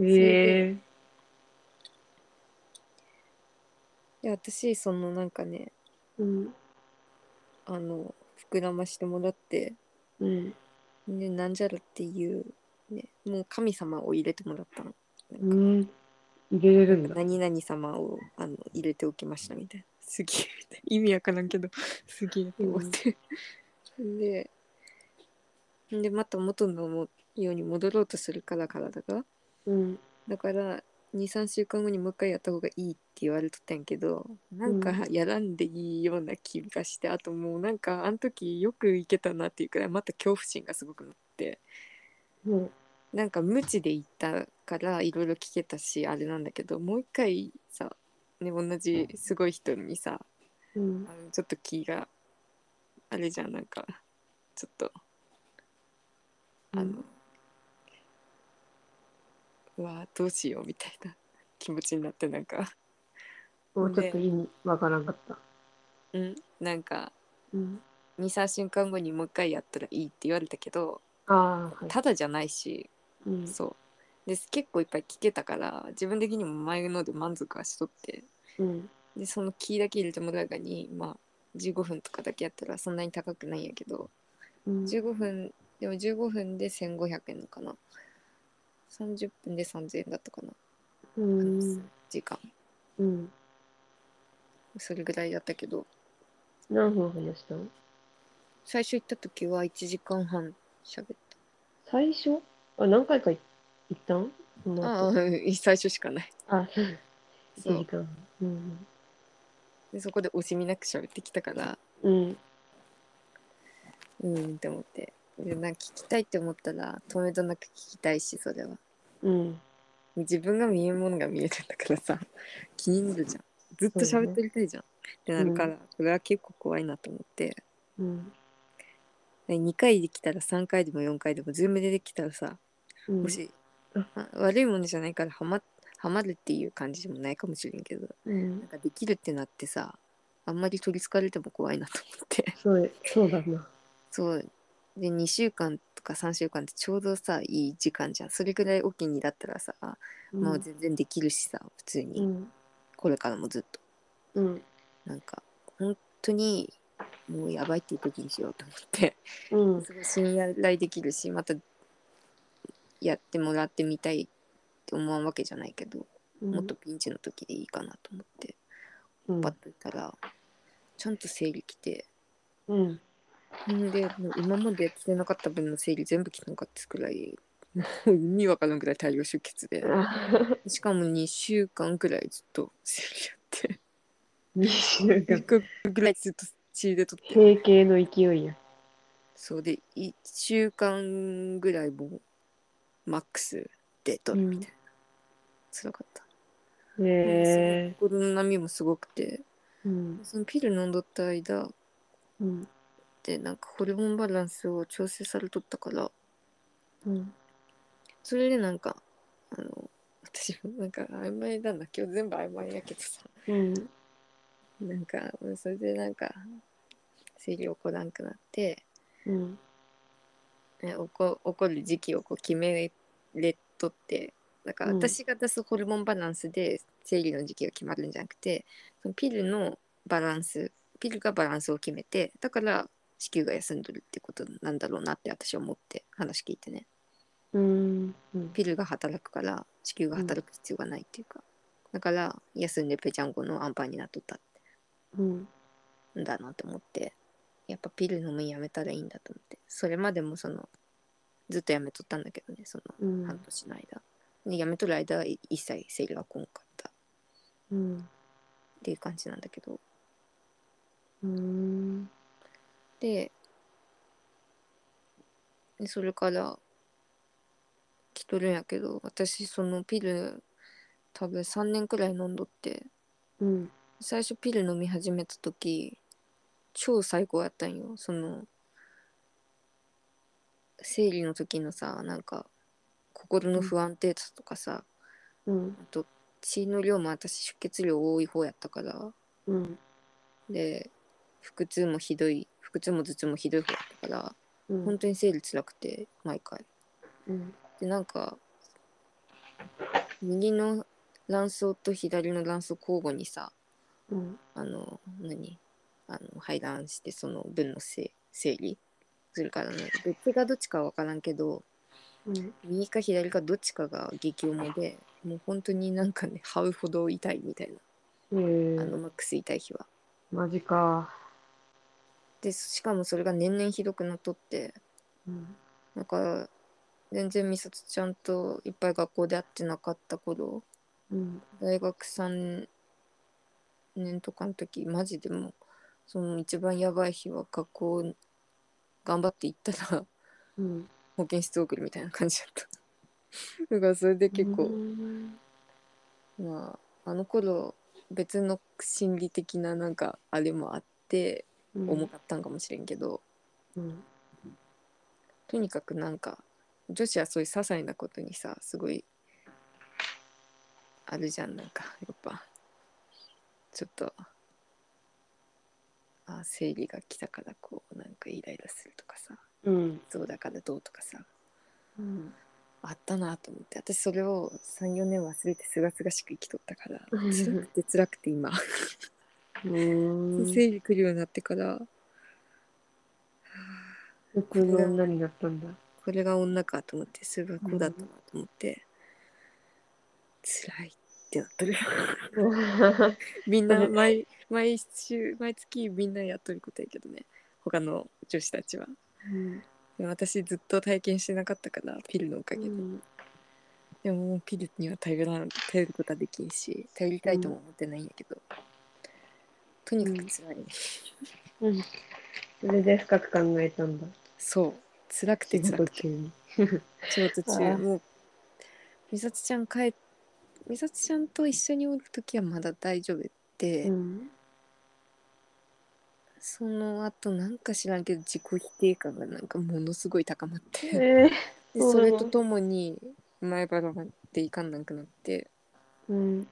A: ええ
B: で私そのなんかね
A: うん。
B: あの膨らましてもらって
A: うん。
B: でなんじゃらっていうねもう神様を入れてもらったの
A: うん。入れれるんだ。
B: 何々様をあの入れておきましたみたいなすげえみたいな意味わからんけど すげえと思って、ででまた元のもように戻ろうとするから体が
A: うん。
B: だから23週間後にもう一回やった方がいいって言われとったんやけどなんか
A: う
B: やらんでいいような気がして、あともうなんかあの時よくいけたなっていうくらいまた恐怖心がすごくなって
A: も
B: なんか無知で行ったからいろいろ聞けたしあれなんだけどもう一回さ、ね、同じすごい人にさ
A: う。うん
B: あ。のちょっと気があれじゃんなんかちょっとあの、うわどうしようみたいな気持ちになってなんか
A: もうちょっと意味わからんかった。
B: うん、なんか
A: うん、
B: 23週間後にもう一回やったらいいって言われたけど
A: ああ、はい。
B: ただじゃないし、
A: うん、
B: そうで結構いっぱい聞けたから自分的にも前ので満足はしとって
A: うん、
B: でそのキーだけ入れてもらうかにまあ15分とかだけやったらそんなに高くないんやけど
A: うん、
B: 15分でも15分で1500円のかな30分で3000円だったかな
A: うん、
B: 時間
A: うん。
B: それぐらいだったけど
A: 何分話したの
B: 最初行った時は1時間半喋っ
A: 最初あ、何回かい行ったんその
B: た
A: 後
B: ああうん 最初しかない
A: あ、そう。
B: そ
A: 1
B: う
A: 時間。うん。
B: でそこで惜しみなく喋ってきたから
A: うん。
B: うんって思ってでなんか聞きたいって思ったら止めどなく聞きたいしそれは
A: うん。
B: 自分が見えるものが見えるんだからさ 気になるじゃんずっと喋ってりたいじゃん、ってなるから、これは結構怖いなと思って
A: うん。
B: 2回できたら3回でも4回でもズームでできたらさ
A: うん
B: もし、あ悪いものじゃないからハマハマるっていう感じでもないかもしれんけど
A: うん
B: なん。かできるってなってさあんまり取りつかれても怖いなと思って
A: そう、そうだな。
B: そうで2週間とか3週間ってちょうどさいい時間じゃんそれぐらいお気にだったらさ、もう全然できるしさ普通
A: う
B: に、
A: ん。
B: これからもずっと
A: うん。
B: なんか本当にもうやばいっていう時にしようと思って
A: うん。
B: すごい信頼できるしまたやってもらってみたいって思わんわけじゃないけど、もっとピンチの時でいいかなと思って
A: うん
B: パッといたらちゃんと整理きて
A: うん。
B: んでもう今までやってなかった分の整理全部来てなかったくらいもう意味わからんくらい大量出血で
A: あ、
B: しかも2週間くらいずっと整理や
A: 2
B: っ
A: 週
B: て
A: 間。
B: 1回ぐらいずっと血で取って
A: 整形の勢いや。
B: そうで1週間ぐらいもうマックスで取るみたいな、辛かった
A: へえ。
B: 心の波もすごくて
A: うん。
B: そのピル飲んどった間
A: うん。
B: でなんかホルモンバランスを調整されとったから
A: うん。
B: それでなんかあの私もなんか曖昧なんだ今日全部曖昧やけどさ
A: うん。
B: なんかそれでなんか生理起こらんくなって
A: うん。
B: え起こ起こる時期をこう決めれとってだから
A: うん
B: 私が出すホルモンバランスで生理の時期が決まるんじゃなくてそのピルのバランスピルがバランスを決めてだから子宮が休んどるってことなんだろうなって私は思って話聞いてね
A: うん。うん。
B: ピルが働くから子宮が働く必要がないっていうか、だから休んでぺちゃんこのアンパンになっとった
A: うん。
B: んだなって思ってやっぱピル飲むんやめたらいいんだと思ってそれまでもそのずっとやめとったんだけどねその
A: うん
B: 半年の間、でやめとる間はい一切生理が来んかったっ
A: うん。
B: ていう感じなんだけど
A: うん。
B: ででそれから来とるんやけど私そのピル多分3年くらい飲んどって
A: うん。
B: 最初ピル飲み始めた時超最高やったんよその生理の時のさなんか心の不安定さとかさ、
A: うん。
B: あと血の量も私出血量多い方やったから
A: うん。
B: で腹痛もひどい腹痛も頭痛もひどい方やったから
A: うん。
B: 本当に生理辛くて毎回
A: うん。
B: でなんか右の卵巣と左の卵巣交互にさ
A: うん。
B: あの何あの排卵してその分のせい整理するからねどっちがどっちかは分からんけど
A: うん。
B: 右か左かどっちかが激重でもう本当になんかね這うほど痛いみたい
A: え
B: なあ
A: ー
B: の、マックス痛い日は。
A: マジか。
B: でしかもそれが年々ひどくなっとって
A: うん。
B: なんか全然美里ちゃんといっぱい学校で会ってなかった頃
A: うん。
B: 大学3年とかの時マジでもうその一番やばい日は学校頑張って行ったら
A: うん。
B: 保健室送りみたいな 感じだっただからそれで結構、
A: うん
B: まああの頃別の心理的ななんかあれもあって重かったんかもしれんけど、
A: うん。
B: とにかくなんか女子はそういう些細なことにさすごいあるじゃんなんかやっぱちょっとあ生理が来たからこうなんかイライラするとかさ
A: うん。
B: そうだからどうとかさ
C: うん
B: あったなと思って私それを34年忘れてすがすがしく生きとったから
A: うん
B: 辛くて辛くて今、
A: うーん。
B: 生理来るようになってから
A: 僕の女になったんだ。
B: これが女かと思ってそれがこうだったなと思って、辛いってなっとるみんな毎毎週毎月みんなやっとることやけどね他の女子たちは
A: うん
B: でも私ずっと体験してなかったからピルのおかげで、でももうピルには頼らん頼ることはできんし頼りたいとも思ってないんやけど、とにかく辛い、
A: うん。それで深く考えたんだ。
B: そう辛くて
A: 仕
B: 辛
A: 事
B: くて
A: 中に。
B: 仕事
A: あ
B: 中
A: あ
B: もう美里ちゃん帰っ美里ちゃんと一緒におる時はまだ大丈夫で、
A: うん。
B: その後なんか知らんけど自己否定感がなんかものすごい高まって、
A: えー
B: でそれとともに前払いでいかんなくなって
A: うん。
B: も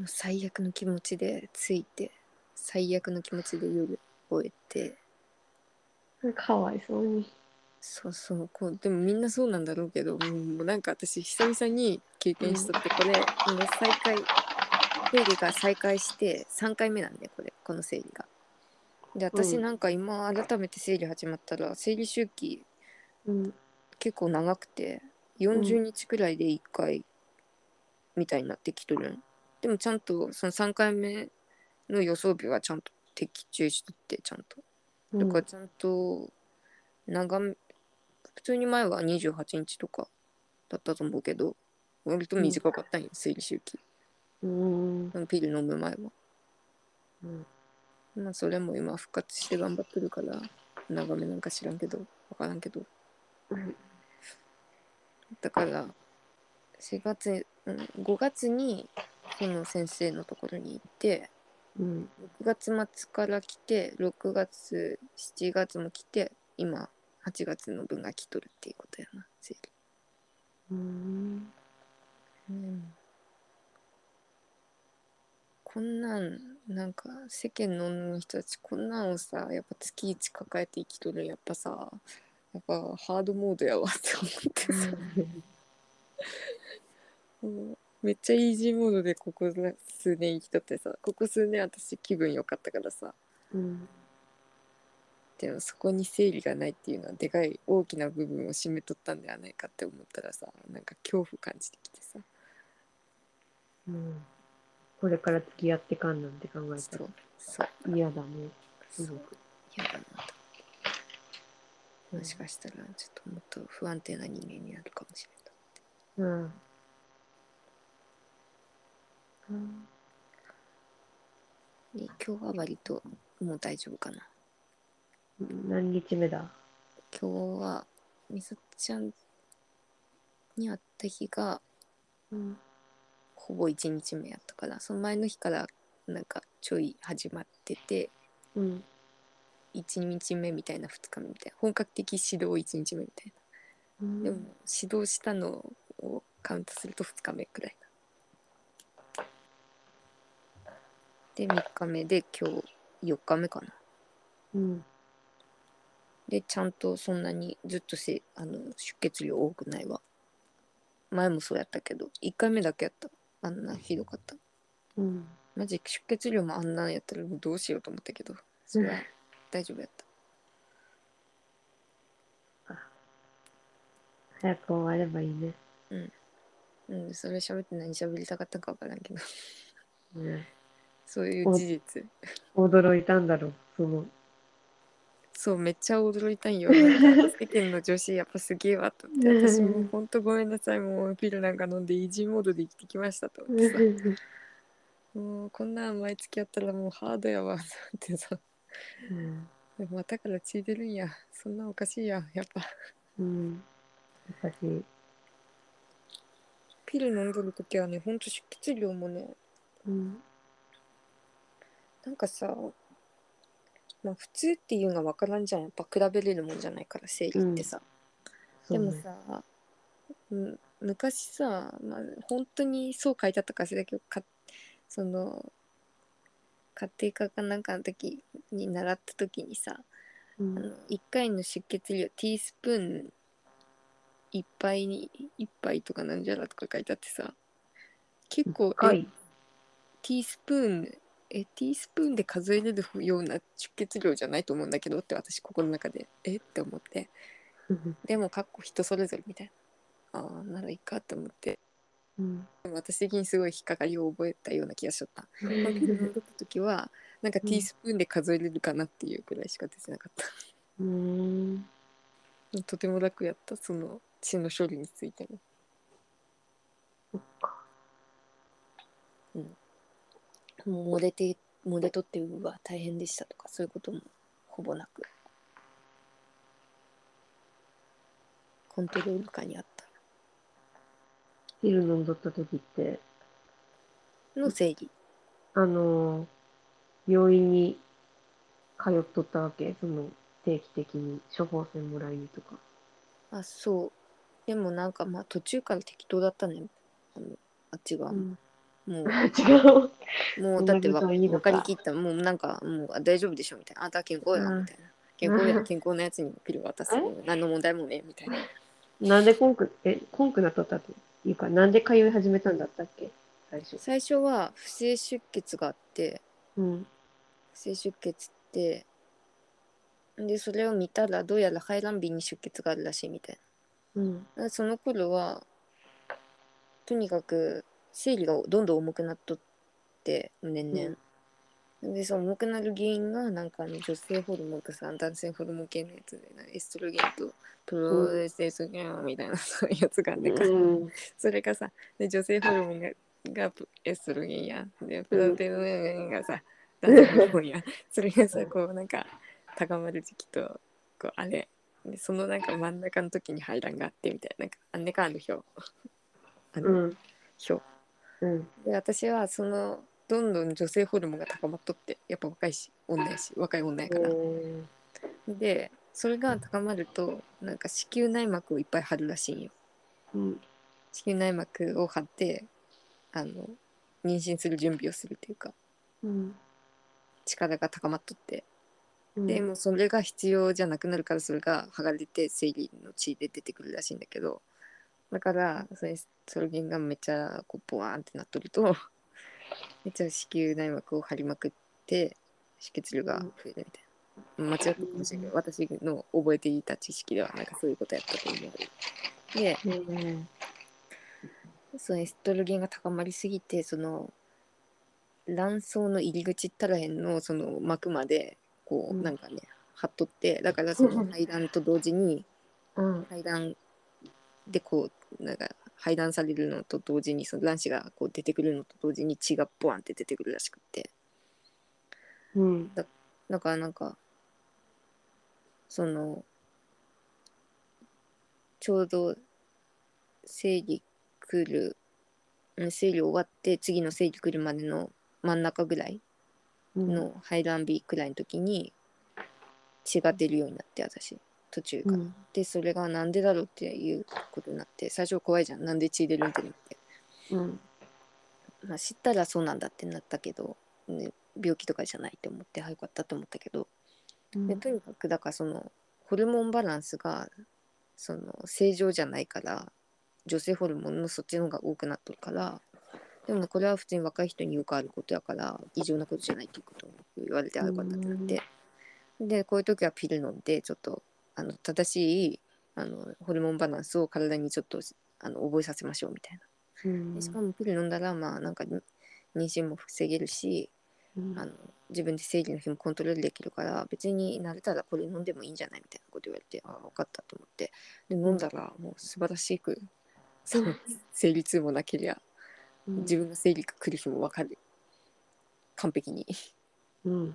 B: う最悪の気持ちでついて最悪の気持ちで夜終えて
A: かわいそうに。
B: そうそうこうでもみんなそうなんだろうけどもうもうなんか私久々に経験しとってこれ、もう再開生理が再開して3回目なんでこれこの生理が。で私
A: うん
B: なんか今改めて生理始まったら生理周期
A: うん。
B: 結構長くて40日くらいで1回みたいになってきとるん、でもちゃんとその3回目の予想日はちゃんと的中しとってちゃんとだからちゃんと長め普通に前は28日とかだったと思うけど割と短かったんよ、生理周期
A: うん。
B: ピル飲む前は、
A: うん
B: まあそれも今復活して頑張ってるから長めなんか知らんけど分からんけど
A: うん
B: だから4月、うん、5月にその先生のところに行って
A: うん。
B: 6月末から来て6月7月も来て今8月の分が来とるっていうことやな生理
A: うん。
B: こんなんなんか世間の女の人たちこんなんをさやっぱ月一抱えて生きとるやっぱさやっぱハードモードやわって思ってさ、もうめっちゃイージーモードでここ数年生きとってさここ数年私気分良かったからさ
A: うん。
B: でもそこに生理がないっていうのはでかい大きな部分を占めとったんではないかって思ったらさなんか恐怖感じてきてさ
A: うん。これから付き合ってかんなんて考えた
B: そうそう
A: ら嫌だね。す
B: そう
A: ごく。
B: 嫌だなともしかしたらちょっともっと不安定な人間になるかもしれない
A: うん。うん
B: で今日は割ともう大丈夫かな
A: 何日目だ
B: 今日はみさちゃんに会った日が
A: うん。
B: ほぼ1日目やったからその前の日からなんかちょい始まってて
A: うん。
B: 1日目みたいな2日目みたいな本格的指導1日目みたいなでも指導したのをカウントすると2日目くらいなで3日目で今日4日目かな
A: うん。
B: でちゃんとそんなにずっとせあの出血量多くないわ前もそうやったけど1回目だけやったあんなひどかった
A: うん。
B: マジ出血量もあんなんやったらもうどうしようと思ったけどそれは大丈夫やった
A: 早く終わればいいね。
B: うんそれ喋って何喋りたかったかわからんけど
A: ね
B: そういう事実
A: 驚いたんだろう。その、
B: そうめっちゃ驚いたんよなんか世間の女子やっぱすげえわと思って私 もうほんとごめんなさいもうピルなんか飲んでイージーモードで生きてきましたと思ってさもうこんなん毎月やったらもうハードやわってさ
A: うん
B: でもだからついてるんやそんなおかしいややっぱ
A: うん。やっぱし、
B: ピル飲んどる時はねほんと出血量もね
A: うん。
B: なんかさまあ普通っていうのは分からんじゃんやっぱ比べれるもんじゃないから生理ってさ、
A: そう
B: で
A: ね
B: もさ、む昔さ、まあ、本当にそう書いてあったかしだけどかその家庭科かなんかの時に習った時にさ
A: う
B: あ
A: ん
B: の1回の出血量ティースプーン1杯に1杯とかなんじゃらとか書いてあってさ結構
A: 深
B: え
A: い。
B: ティースプーンえティースプーンで数えれるような出血量じゃないと思うんだけどって私心の中でえって思ってでもかっこ人それぞれみたいなああならいいかって思って
A: うん
B: でも私的にすごい引っかかりを覚えたような気がしちゃったまあピル飲んだ時はなんかティースプーンで数えれるかなっていうくらいしか出てなかった
A: うん
B: とても楽やったその血の処理についても
A: そっか
B: もう漏れて漏れとってうわ大変でしたとかそういうこともほぼなくコントロール下にあっ
A: ピル飲んどった時って、
B: たの正義
A: あのー、病院に通っとったわけその、定期的に処方箋もらいにとか。
B: あそうでもなんかまあ途中から適当だったねあのあっちが、
A: うん、
B: もう
A: 違う。
B: も
A: そ
B: うんだ
A: な
B: ってわ
A: ことはいいの
B: 分か
A: か
B: りきったもうなんかもうあ大丈夫でしょみたいなあだ健康や
A: う
B: なんみたいな健康
A: う
B: や
A: ん
B: 健康なやつにピル渡す何の問題もねみたいな
A: なんでコンク、え、コンクなっとったっていうか、なんで通い始めたんだったっけ最初。
B: 最初は不正出血があって
A: うん。
B: 不正出血ってでそれを見たらどうやら排卵瓶に出血があるらしいみたい
A: うん。
B: なその頃はとにかく生理がどんどん重くなっとって年々、でその重くなる原因がなんかあの女性ホルモンとさ男性ホルモン系のやつでなエストロゲンとプロエストロゲンみたいな、そういうやつがあってから
A: うん。
B: それがさで女性ホルモンががエストロゲンやでプラテノゲンがさ男性ホルモンやそれがさこうなんか高まる時期とこうあれでそのなんか真ん中の時に排卵があってみたいななんかあんねかあの表あ
A: う
B: の
A: ん。
B: 表
A: うん。
B: で私はそのどんどん女性ホルモンが高まっとってやっぱ若いし女やし若い女やから
A: え
B: でそれが高まるとなんか子宮内膜をいっぱい張るらしいんよ
A: ーうん。
B: 子宮内膜を張ってあの妊娠する準備をするというか
A: うん。
B: 力が高まっとって、
A: うん
B: でもうそれが必要じゃなくなるからそれが剥がれて生理の血で出てくるらしいんだけどだからそれそれがめっちゃこうボワーンってなっとるとめっちゃ子宮内膜を張りまくって出血量が増えるみたいな間違ったかもしれない私の覚えていた知識ではなんかそういうことやったと思うで
A: うん。
B: そのエストロゲンが高まりすぎてその卵巣の入り口ったらへんのその膜までこう
A: うん
B: なんかね、張っとってだからその排卵と同時に
A: うん。
B: 排卵でこうなんか排卵されるのと同時にその卵子がこう出てくるのと同時に血がボワンって出てくるらしくって
A: うん。
B: だからなんかそのちょうど生理来るうん生理終わって次の生理来るまでの真ん中ぐらい
A: うん。
B: の排卵日くらいの時に血が出るようになって私途中か
A: う
B: ら、
A: ん
B: でそれがなんでだろうっていうことになって最初怖いじゃんなんで血出るんってなって、
A: うん。
B: まあ、知ったらそうなんだってなったけど、ね、病気とかじゃないって思ってあよかったと思ったけどでとにかくだからそのホルモンバランスがその正常じゃないから女性ホルモンのそっちの方が多くなっとるからでもねこれは普通に若い人によくあることやから異常なことじゃないっていうことを言われてあよかったってなってでこういう時はピル飲んでちょっとあの正しいあのホルモンバランスを体にちょっとあの覚えさせましょうみたいな
A: うん
B: でしかもピル飲んだらまあなんかに妊娠も防げるし
A: うん
B: あの自分で生理の日もコントロールできるから別に慣れたらこれ飲んでもいいんじゃないみたいなこと言われてああ分かったと思ってで飲んだらもう素晴らしくそ の生理痛もなけりゃ
A: うん
B: 自分の生理が来る日も分かる完璧に
A: うん
B: も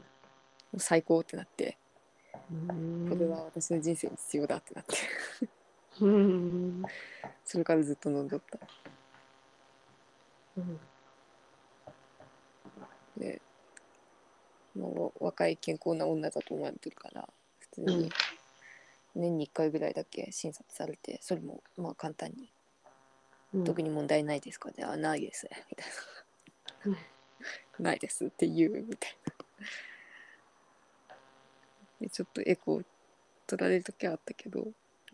B: う最高ってなって
A: うん
B: これは私の人生に必要だってなって
A: うん
B: それからずっと飲んどった
A: うん
B: でもう若い健康な女だと思われてるから普通に年に1回ぐらいだけ診察されてそれもまあ簡単に
A: うん
B: 特に問題ないですかね、あないですみたいないですって言うみたいなでちょっとエコー取られる時はあったけど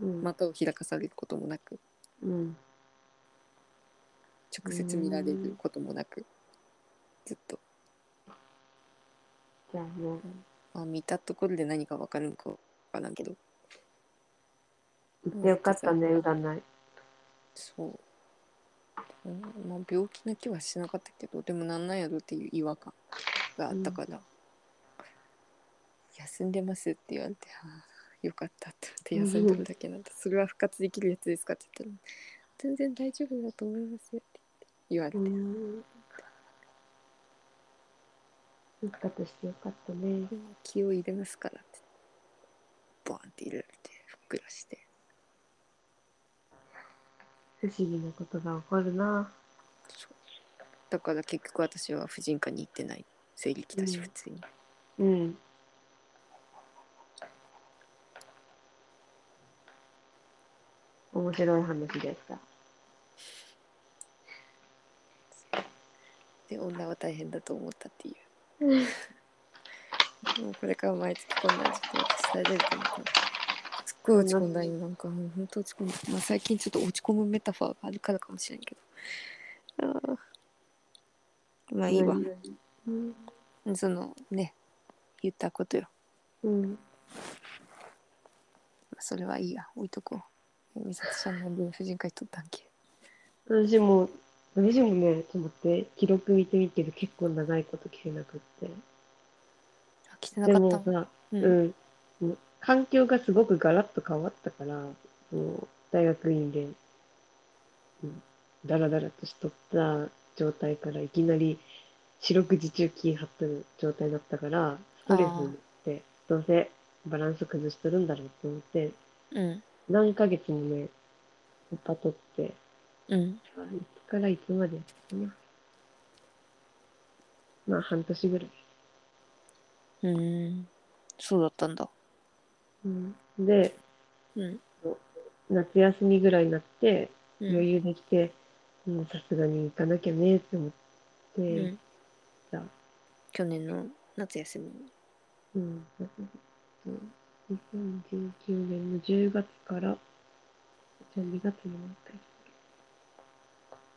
A: うん
B: 股を開かされることもなく
A: うん
B: 直接見られることもなくずっと
A: じゃあもう
B: まあ見たところで何か分かるのか分からんけど
A: 行ってよかったね占い
B: そう、うんまあ、病気な気はしなかったけどでもなんなんやろっていう違和感があったから、休んでますって言われてああよかったって思って休んでるだけなんだそれは復活できるやつですかって言ったら全然大丈夫だと思いますよって言われて、
A: うん復活してよかったね
B: 気を入れますからってボーンって入れられてふっくらして
A: 不思議なことが起こるな
B: そうだから結局私は婦人科に行ってない生理来たし
A: うん
B: 普通に、
A: うん面白い話でした
B: で女は大変だと思ったっていうもうこれから毎月こんな時期私大丈夫かなすっごい落ち込んだ今なんかもうほんと落ち込んだ、まあ、最近ちょっと落ち込むメタファーがあるからかもしれんけどあーまあいいわ
A: うん
B: そのね言ったことよ
A: うん
B: まあそれはいいや置いとこう美里ちゃん何で婦人科行っとったんけ
A: 私も私もねちょっと待って記録見てみてる結構長いこと来てなくって
B: あ来てな
A: で
B: か
A: も
B: った
A: さ
B: う
A: うんん、もう環境がすごくガラッと変わったからもう大学院で、うん、ダラダラとしとった状態からいきなり四六時中気張ってる状態だったからストレスになってどうせバランス崩しとるんだろうと思って
B: うん
A: 何ヶ月もねオパ取って
B: うん
A: あいつからいつまでやったかなまあ半年ぐらい。
B: うんそうだったんだ
A: うん、で
B: うん
A: 夏休みぐらいになって
B: うん
A: 余裕できて、うんさすがに行かなきゃねって思って、
B: うん
A: じゃあ
B: 去年の夏休みに
A: うん、そう2019年の10月から、じゃあ2月にもう一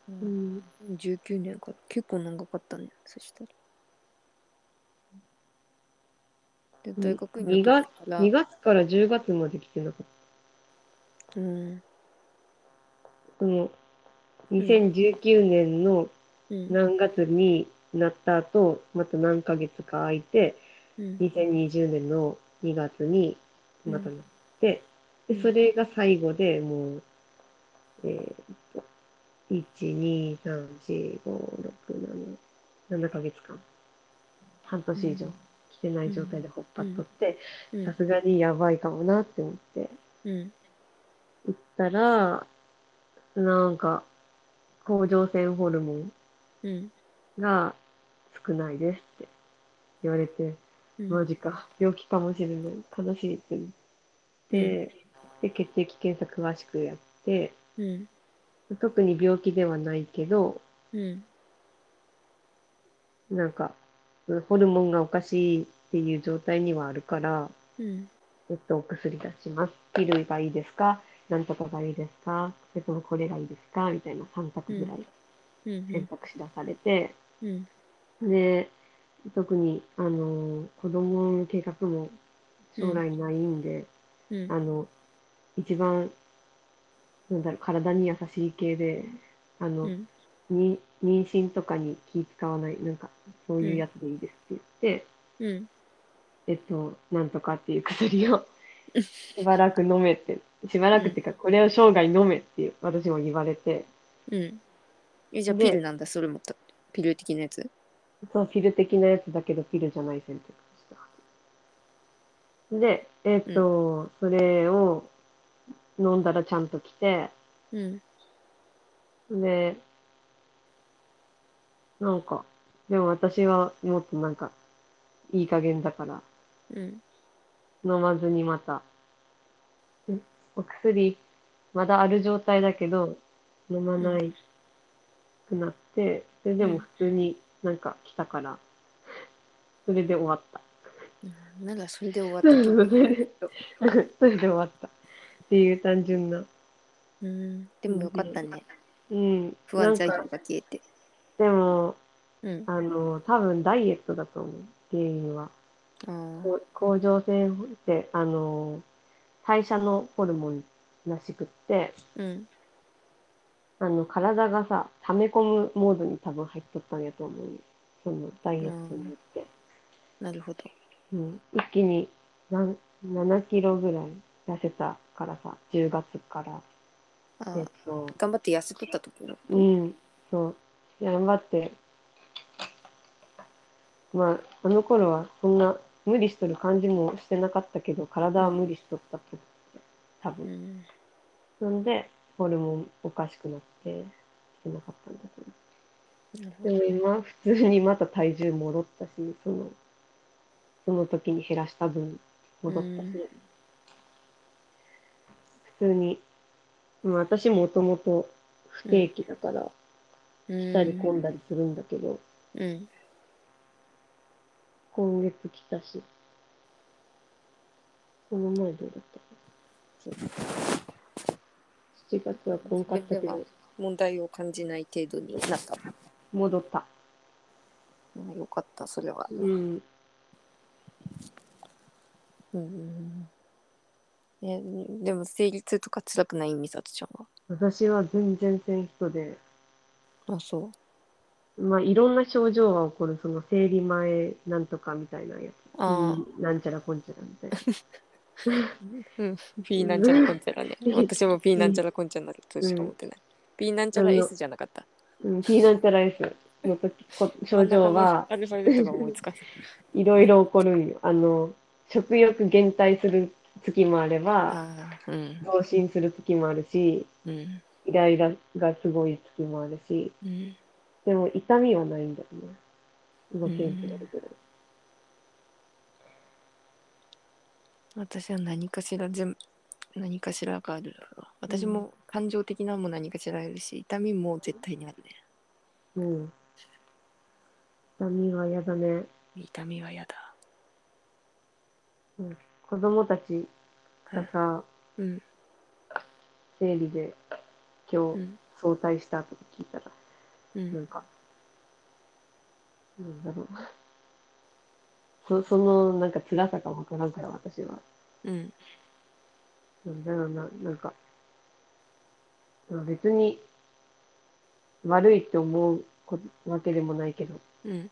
A: 回、うん、
B: 19年から結構長かったねそしたらで大学
A: 二
B: に
A: 月
B: ら
A: 2月から10月まで来てなかっ
B: うん
A: た。この2019年の
B: うん
A: 何月になった後、また何ヶ月か空いて、
B: うん
A: 2020年の2月にまたなって、
B: うん
A: でそれが最後でもう、えーっと、1、2、3、4、5、6、7、7ヶ月間、半年以上
B: うん
A: 来てない状態でほっぱっとって、
B: うん
A: さすがにやばいかもなって思って
B: うん
A: 行ったら、なんか、甲状腺ホルモン
B: うん
A: が少ないですって言われて、
B: うん
A: マジか、病気かもしれない、悲しいって言って、で、血液検査詳しくやって、
B: うん
A: 特に病気ではないけど、
B: うん
A: なんか、うんホルモンがおかしいっていう状態にはあるから、
B: うん
A: えっと、お薬出します。ピルがいいですかなんとかがいいですかそれともこれがいいですかみたいな3択ぐらい
B: うん
A: 選択肢出されて、
B: うん
A: で、特に、あの、子供の計画も将来ないんで、
B: うん
A: あの、一番、なんだろう、体に優しい系で、あの、
B: うん
A: に妊娠とかに気使わない、なんか、そういうやつでいいですって言って、
B: うん
A: えっと、なんとかっていう薬をしばらく飲めって、しばらくっていうか、これを生涯飲めっていう私も言われて、
B: うんえじゃあ
A: で
B: ピルなんだそれもたピル的なやつ
A: そう、ピル的なやつだけど、ピルじゃない選択した。で、えっと、それを飲んだらちゃんと来て、
B: うん
A: で、なんか、でも私はもっとなんか、いい加減だから、
B: うん
A: 飲まずにまた、んお薬、まだある状態だけど、飲まないくなって、それでも普通になんか来たから、それで終わった。
B: ならそれで終わっ
A: そ
B: た
A: うそう
B: と
A: それでそれで終わった。っていう単純な。
B: うんでもよかったね
A: うん。
B: 不安材
A: な
B: 料
A: んか
B: が消えて
A: でも、
B: うん
A: あの、多分ダイエットだと思う。原因は。
B: あー
A: こう甲状腺って、あの、代謝のホルモンらしくって、
B: うん
A: あの、体がさ、溜め込むモードに多分入っとったんやと思うよ。そのダイエットによって。
B: なるほど
A: うん、一気になん7キロぐらい痩せたからさ10月から
B: あ
A: えっ
B: ー
A: と
B: 頑張って痩せとったところ
A: うんそう頑張ってまああの頃はそんな無理しとる感じもしてなかったけど体は無理しとったと多
B: う
A: 分
B: ん
A: そんでホルモンおかしくなってしてなかったんだけど
B: なるほ
A: で
B: ど
A: も今普通にまた体重戻ったしそのその時に減らした分戻ったし、
B: うん
A: 普通に、まあ、私もともと不定期だから
B: うん
A: 来たり込んだりするんだけど、
B: うん
A: 今月来たしその前どうだったかな7月は来んかったけ
B: それでは
A: ど
B: 問題を感じない程度になった
A: 戻った
B: うんよかったそれは
A: うん
B: うんうんうん、ね、でも生理痛とか辛くない美里ちゃんは
A: 私は全然せん人で
B: あそ
A: まあ、いろんな症状が起こる、その生理前なんとかみたいなやつ。
B: うああ
A: うんなんちゃらこんちゃらみたいな。
B: うん、ピーなんちゃらこんちゃらね
A: うん
B: 私もピーなんちゃらこんちゃらのことしか思ってない、ピーなんちゃら S じゃなかった
A: うん、P なんちゃら S の時こ症状 は
B: アルファベットが思いつかない
A: いろいろ起こるんよ。あの、食欲減退する月もあれば、
B: ああうん
A: 増進する月もあるし、
B: うん
A: イライラがすごい月もあるし、
B: うん
A: でも痛みはないんだよね。動けなくなるぐらい。
B: 私は何かしら全何かしらがある私も感情的なのも何かしらあるし痛みも絶対にあるね
A: うん。痛みは嫌だね。
B: 痛みは嫌だ
A: 子供たちがさ、
B: うん
A: 生理で今
B: う
A: 日
B: ん
A: 早退したとか聞いたら、
B: う
A: なん
B: ん
A: か、なんだろう。そそのなんか辛さがわからんから私は。
B: うん
A: なんだろうな、なんか、まあ別に悪いって思うこわけでもないけど、
B: うん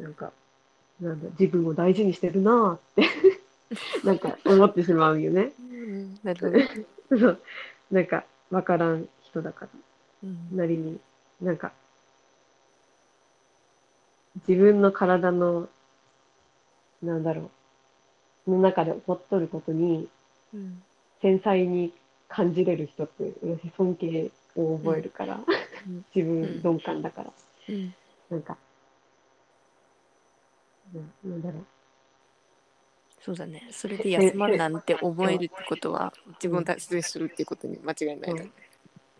A: なんか、なんだ、自分を大事にしてる なーって、なんか思ってしまうよね。
B: うんなるほど
A: そう。なんか、わからん人だから。
B: うん
A: なりに、なんか、自分の体の、なんだろう、の中で起こっとることに、
B: うん
A: 繊細に感じれる人って、私尊敬を覚えるから、
B: うん
A: 自
B: うん
A: 分鈍感だから、
B: うん
A: なんか、ななんだろう、
B: そうだね。それで休まんなんて思えるってことは、自分を大切にするってことに間違いないだね。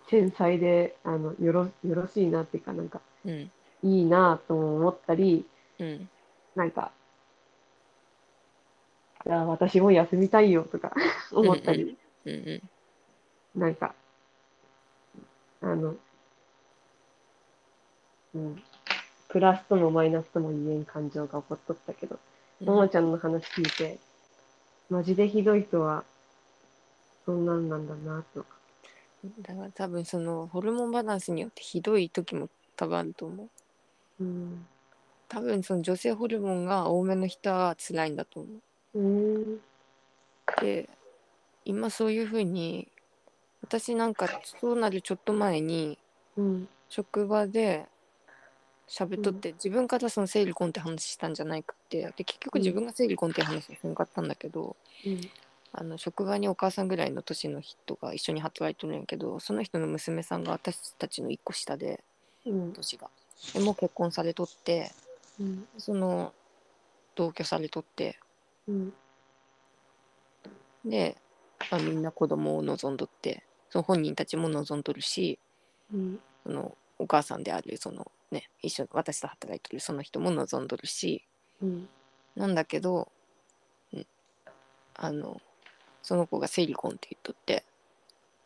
A: 繊細で、あの、よろ、よろしいなっていうか、なんか、
B: うん。
A: いいなとも思ったり、
B: うん。
A: なんか、じゃあ私も休みたいよとか 思ったり、
B: うんうん。
A: なんか、あの、うん、プラスともマイナスとも言えん感情が起こっとったけど、ももちゃんの話聞いて、マジでひどい人は、そんなんなんだなとか。
B: だから多分そのホルモンバランスによってひどい時も多分あると思う。
A: うん。
B: 多分その女性ホルモンが多めの人は辛いんだと思
A: うん。
B: う。で、今そういうふうに、私なんかそうなるちょっと前に、
A: うん。
B: 職場で喋っとって、自分からその生理婚って話したんじゃないかって、で結局自分が生理婚って話をしなかったんだけど、
A: うん。
B: あの職場にお母さんぐらいの年の人が一緒に働いてるんやけどその人の娘さんが私たちの一個下で
A: うん。
B: 年がでもう結婚されとって
A: うん。
B: その同居されとって
A: うん。
B: で、まあ、みんな子供を望んどってその本人たちも望んどるし
A: うん。
B: そのお母さんであるそのね一緒私と働いてるその人も望んどるし
A: うん
B: なんだけど、うん、あのその子がセリコンって言っとって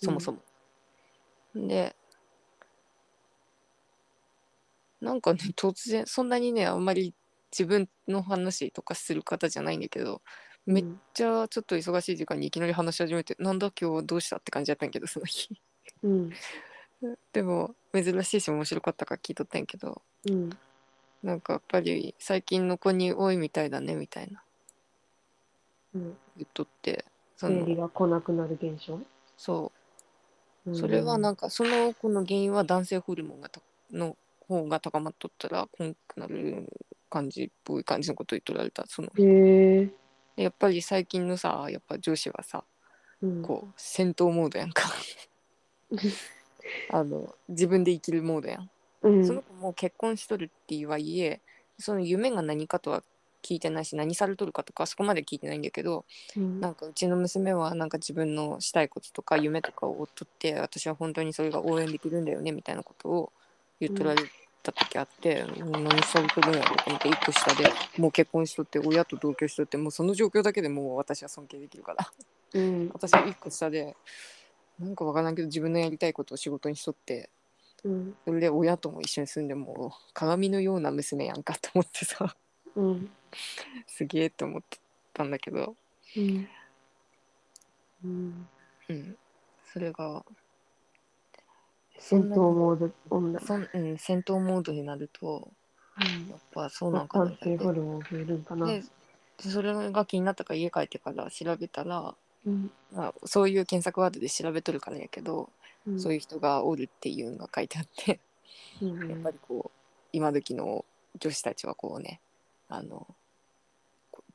B: そもそも。でなんかね突然そんなにねあんまり自分の話とかする方じゃないんだけどめっちゃちょっと忙しい時間にいきなり話し始めて、なんだ今日どうしたって感じだったんやけどその日。
A: うん
B: でも珍しいし面白かったから聞いとったんやけど
A: うん
B: なんかやっぱり最近の子に多いみたいだねみたいな
A: うん
B: 言っとってそ
A: 生理
B: の
A: が来なくなる現象
B: そううんそれはなんかその子の原因は男性ホルモンがたの方が高まっとったらこんくなる感じっぽい感じのこと言っとられたその
A: へえ
B: でやっぱり最近のさやっぱ女子はさ
A: うん
B: こう戦闘モードやんか あの自分で生きるモードやん
A: うん
B: その子も結婚しとるって言わいえその夢が何かとは聞いてないし何されとるかとかそこまで聞いてないんだけど
A: うん
B: なんかうちの娘はなんか自分のしたいこととか夢とかを追っとって私は本当にそれが応援できるんだよねみたいなことを言っとられた時あって、うん何されとるんやろと思って一個下でもう結婚しとって親と同居しとってもうその状況だけでもう私は尊敬できるから。
A: うん
B: 私は一個下でなんかわからんけど自分のやりたいことを仕事にしとって
A: うん
B: それで親とも一緒に住んでもう鏡のような娘やんかと思ってさ
A: うん
B: すげえと思ってたんだけど、
A: うんうん
B: うん、それが
A: 戦闘モード女
B: そん、うん、戦闘モードになるとやっぱそうなんかな
A: 男性ホルモン増えるんかな
B: でそれが気になったから家帰ってから調べたら、
A: うん
B: まあ、そういう検索ワードで調べとるからやけど、
A: うん
B: そういう人がおるっていうのが書いてあって
A: うん
B: やっぱりこう今時の女子たちはこうねあのこう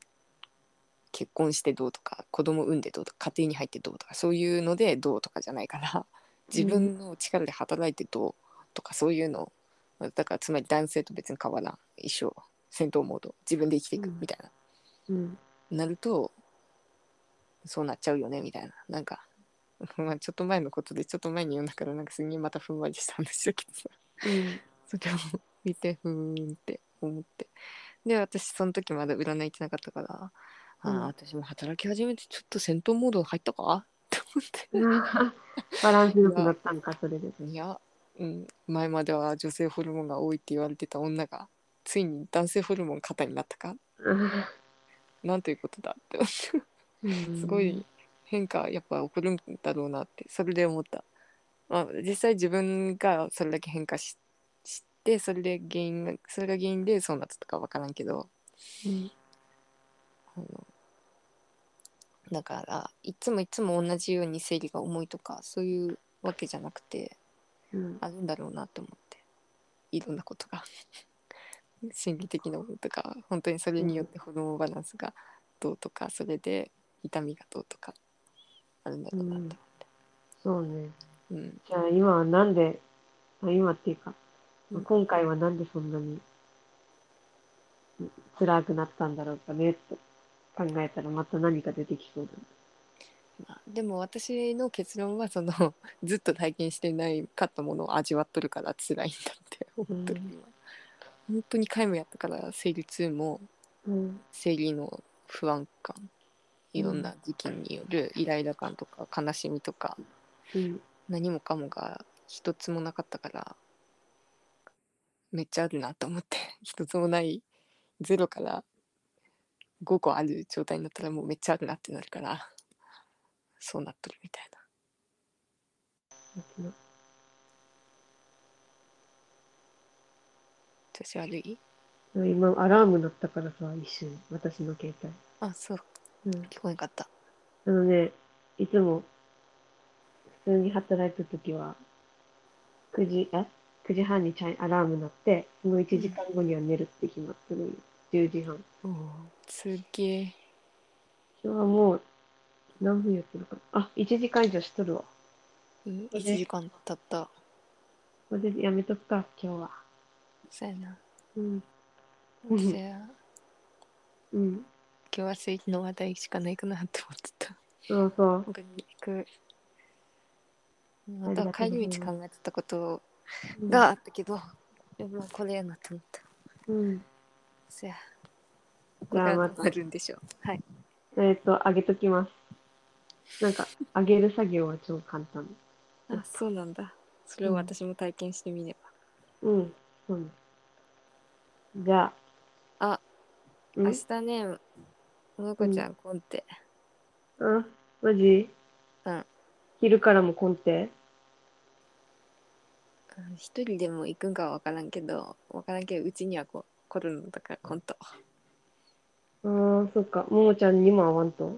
B: 結婚してどうとか子供産んでどうとか家庭に入ってどうとかそういうのでどうとかじゃないから自分の力で働いてどうとかそういうのだからつまり男性と別に変わらん一生戦闘モード自分で生きていくみたいな、
A: うん
B: なるとそうなっちゃうよねみたいななんか。 まあちょっと前のことでちょっと前に読んだからなんかすげえまたふんわりした話だけどさ
A: うん
B: それを見てふーんって思ってで私その時まだ占い行ってなかったから、あ
A: うん
B: あ私も働き始めてちょっと戦闘モード入ったか って思
A: バランス良くなったんかそれで
B: っていや、うん、前までは女性ホルモンが多いって言われてた女がついに男性ホルモン肩になったかなんということだって すごい変化やっぱ起こるんだろうなってそれで思った、まあ、実際自分がそれだけ変化ししてそれで原因がそれが原因でそうなったとかわからんけど、
A: うん
B: あのだからいつもいつも同じように生理が重いとかそういうわけじゃなくて
A: うん
B: あるんだろうなと思っていろんなことが 心理的なものとか本当にそれによってホルモンバランスがどうとかそれで痛みがどうとかあるんだろうなと思って。
A: そうね
B: うん、
A: じゃあ今はなんであ今っていうか、まあ今回はなんでそんなにうん辛くなったんだろうかねって考えたらまた何か出てきそうだね
B: まあでも私の結論はその ずっと体験してないかったものを味わっとるから辛いんだって思ってる今、本当に回もやったから生理痛も
A: うん
B: 生理の不安感いろんな時期によるイライラ感とか悲しみとか
A: うん
B: 何もかもが一つもなかったからめっちゃあるなと思って 一つもないゼロから5個ある状態になったらもうめっちゃあるなってなるからそうなっとるみたいな。調子悪い
A: 今アラーム鳴ったからさ一瞬私の携
B: あそう
A: 帯、うん、
B: 聞こえんかった。
A: あのねいつも普通に働いてる時は9時あ9時半にチャイアラーム鳴ってその1時間後には寝るって決まってるんよ10時半
B: すっげえ。
A: 今日はもう何分やってるかなあ1時間以上しとるわ
B: う
A: れ
B: ん1時間経った。
A: これでやめとくか今日は
B: そうやな。
A: うんうん
B: じゃあ今
A: うん
B: 日は生理の話題しかないかなって思ってた。
A: そうそう
B: 僕に行く。また帰り道考えてたこと
A: うん
B: があったけど、いやもうこれやなと思った
A: うん。
B: そや
A: じゃあまた
B: あるんでしょうはい
A: えっ、と、上げときます。なんか、上げる作業は超簡単。
B: あそうなんだそれを私も体験してみれば、
A: うん、そうです。じゃあ。
B: あ、
A: うん
B: 明日ねものこちゃんコンテ
A: あ、マジ
B: うん。
A: 昼からもコンテ
B: うん一人でも行くんかは分からんけど分からんけどうちにはこう来るのだからコント
A: ああ、そっか。ももちゃんにも会わんと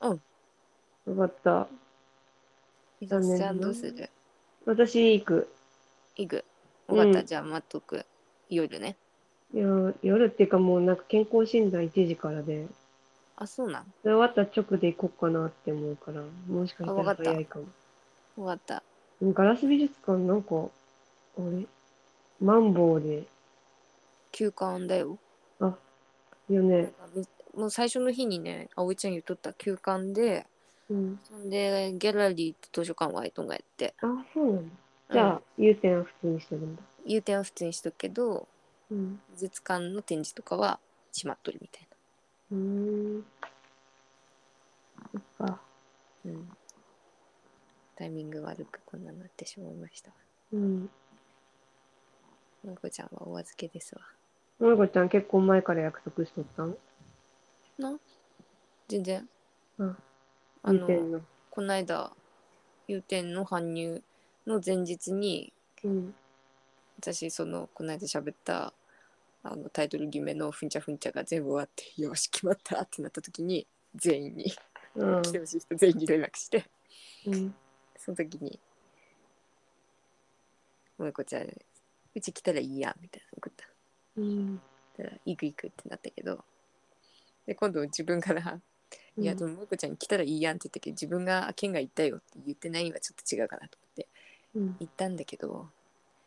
B: うん。
A: よかった。
B: みさ
A: 残念
B: つ
A: だな
B: ちゃんどうする
A: 私、行く。
B: 行く分かった、
A: うん
B: じゃあ待っとく夜ね
A: いや、夜っていうかもうなんか健康診断1時からで、
B: あそうなん
A: それ終わったら直で行こうかなって思うから、もしかした
B: あわからった
A: 早いかも。
B: 分かった
A: でもガラス美術館なんか、あれマンボウで、
B: 休館だよ
A: よね。
B: もう最初の日にね葵ちゃん言っとった休館で
A: うん。
B: そんでギャラリーと図書館はえとんがやって
A: あ、そうなんだ。じゃ
B: うん
A: あ、優点は普通にしてるんだ。
B: 有点は普通にしとくけど
A: うん。
B: 美術館の展示とかはしまっとるみたいう
A: ーん。そっか。
B: な、うん、タイミング悪くこんなになってしまいましたわ
A: うん。
B: のこちゃんはお預けですわ
A: のりこちゃん結構前から約束しとったん
B: 全然
A: うん
B: あ
A: 見てん
B: の
A: の。
B: こないだ有点の搬入の前日に
A: うん。
B: 私そのこないだ喋ったあのタイトル決めの「ふんちゃふんちゃ」が全部終わって「よし決まった!」ってなった時に全員に
A: うん
B: 来てほしい人全員に連絡して
A: うん。
B: その時に「萌子ちゃんうち来たらいいやん」みたいな送った
A: うん。
B: たら「行く行く」ってなったけどで今度自分から「いやでも萌子ちゃん来たらいいやん」って言ったけど自分が県外行ったよって言ってないのはちょっと違うかなと思って
A: うん。
B: 行ったんだけど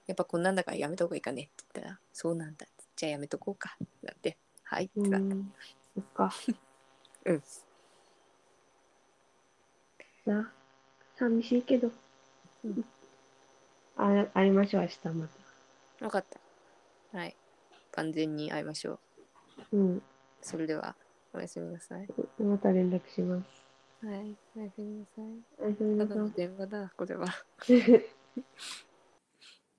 B: やっぱこんなんだからやめた方がいいかねって言ったら「そうなんだ」じゃあやめとこうか」ってなって「はい」っ
A: う
B: てなった、
A: ん。そっか。
B: うん。
A: じゃあ、寂しいけど。
B: うん
A: あ、会いましょう、明日ま
B: 分かったはい完全に会いましょう
A: た。うん。
B: それではおやすみなさい
A: また連絡します。
B: はいおやすみなさい
A: おやすみな
B: た
A: さ
B: だ
A: い
B: の電話だこれは。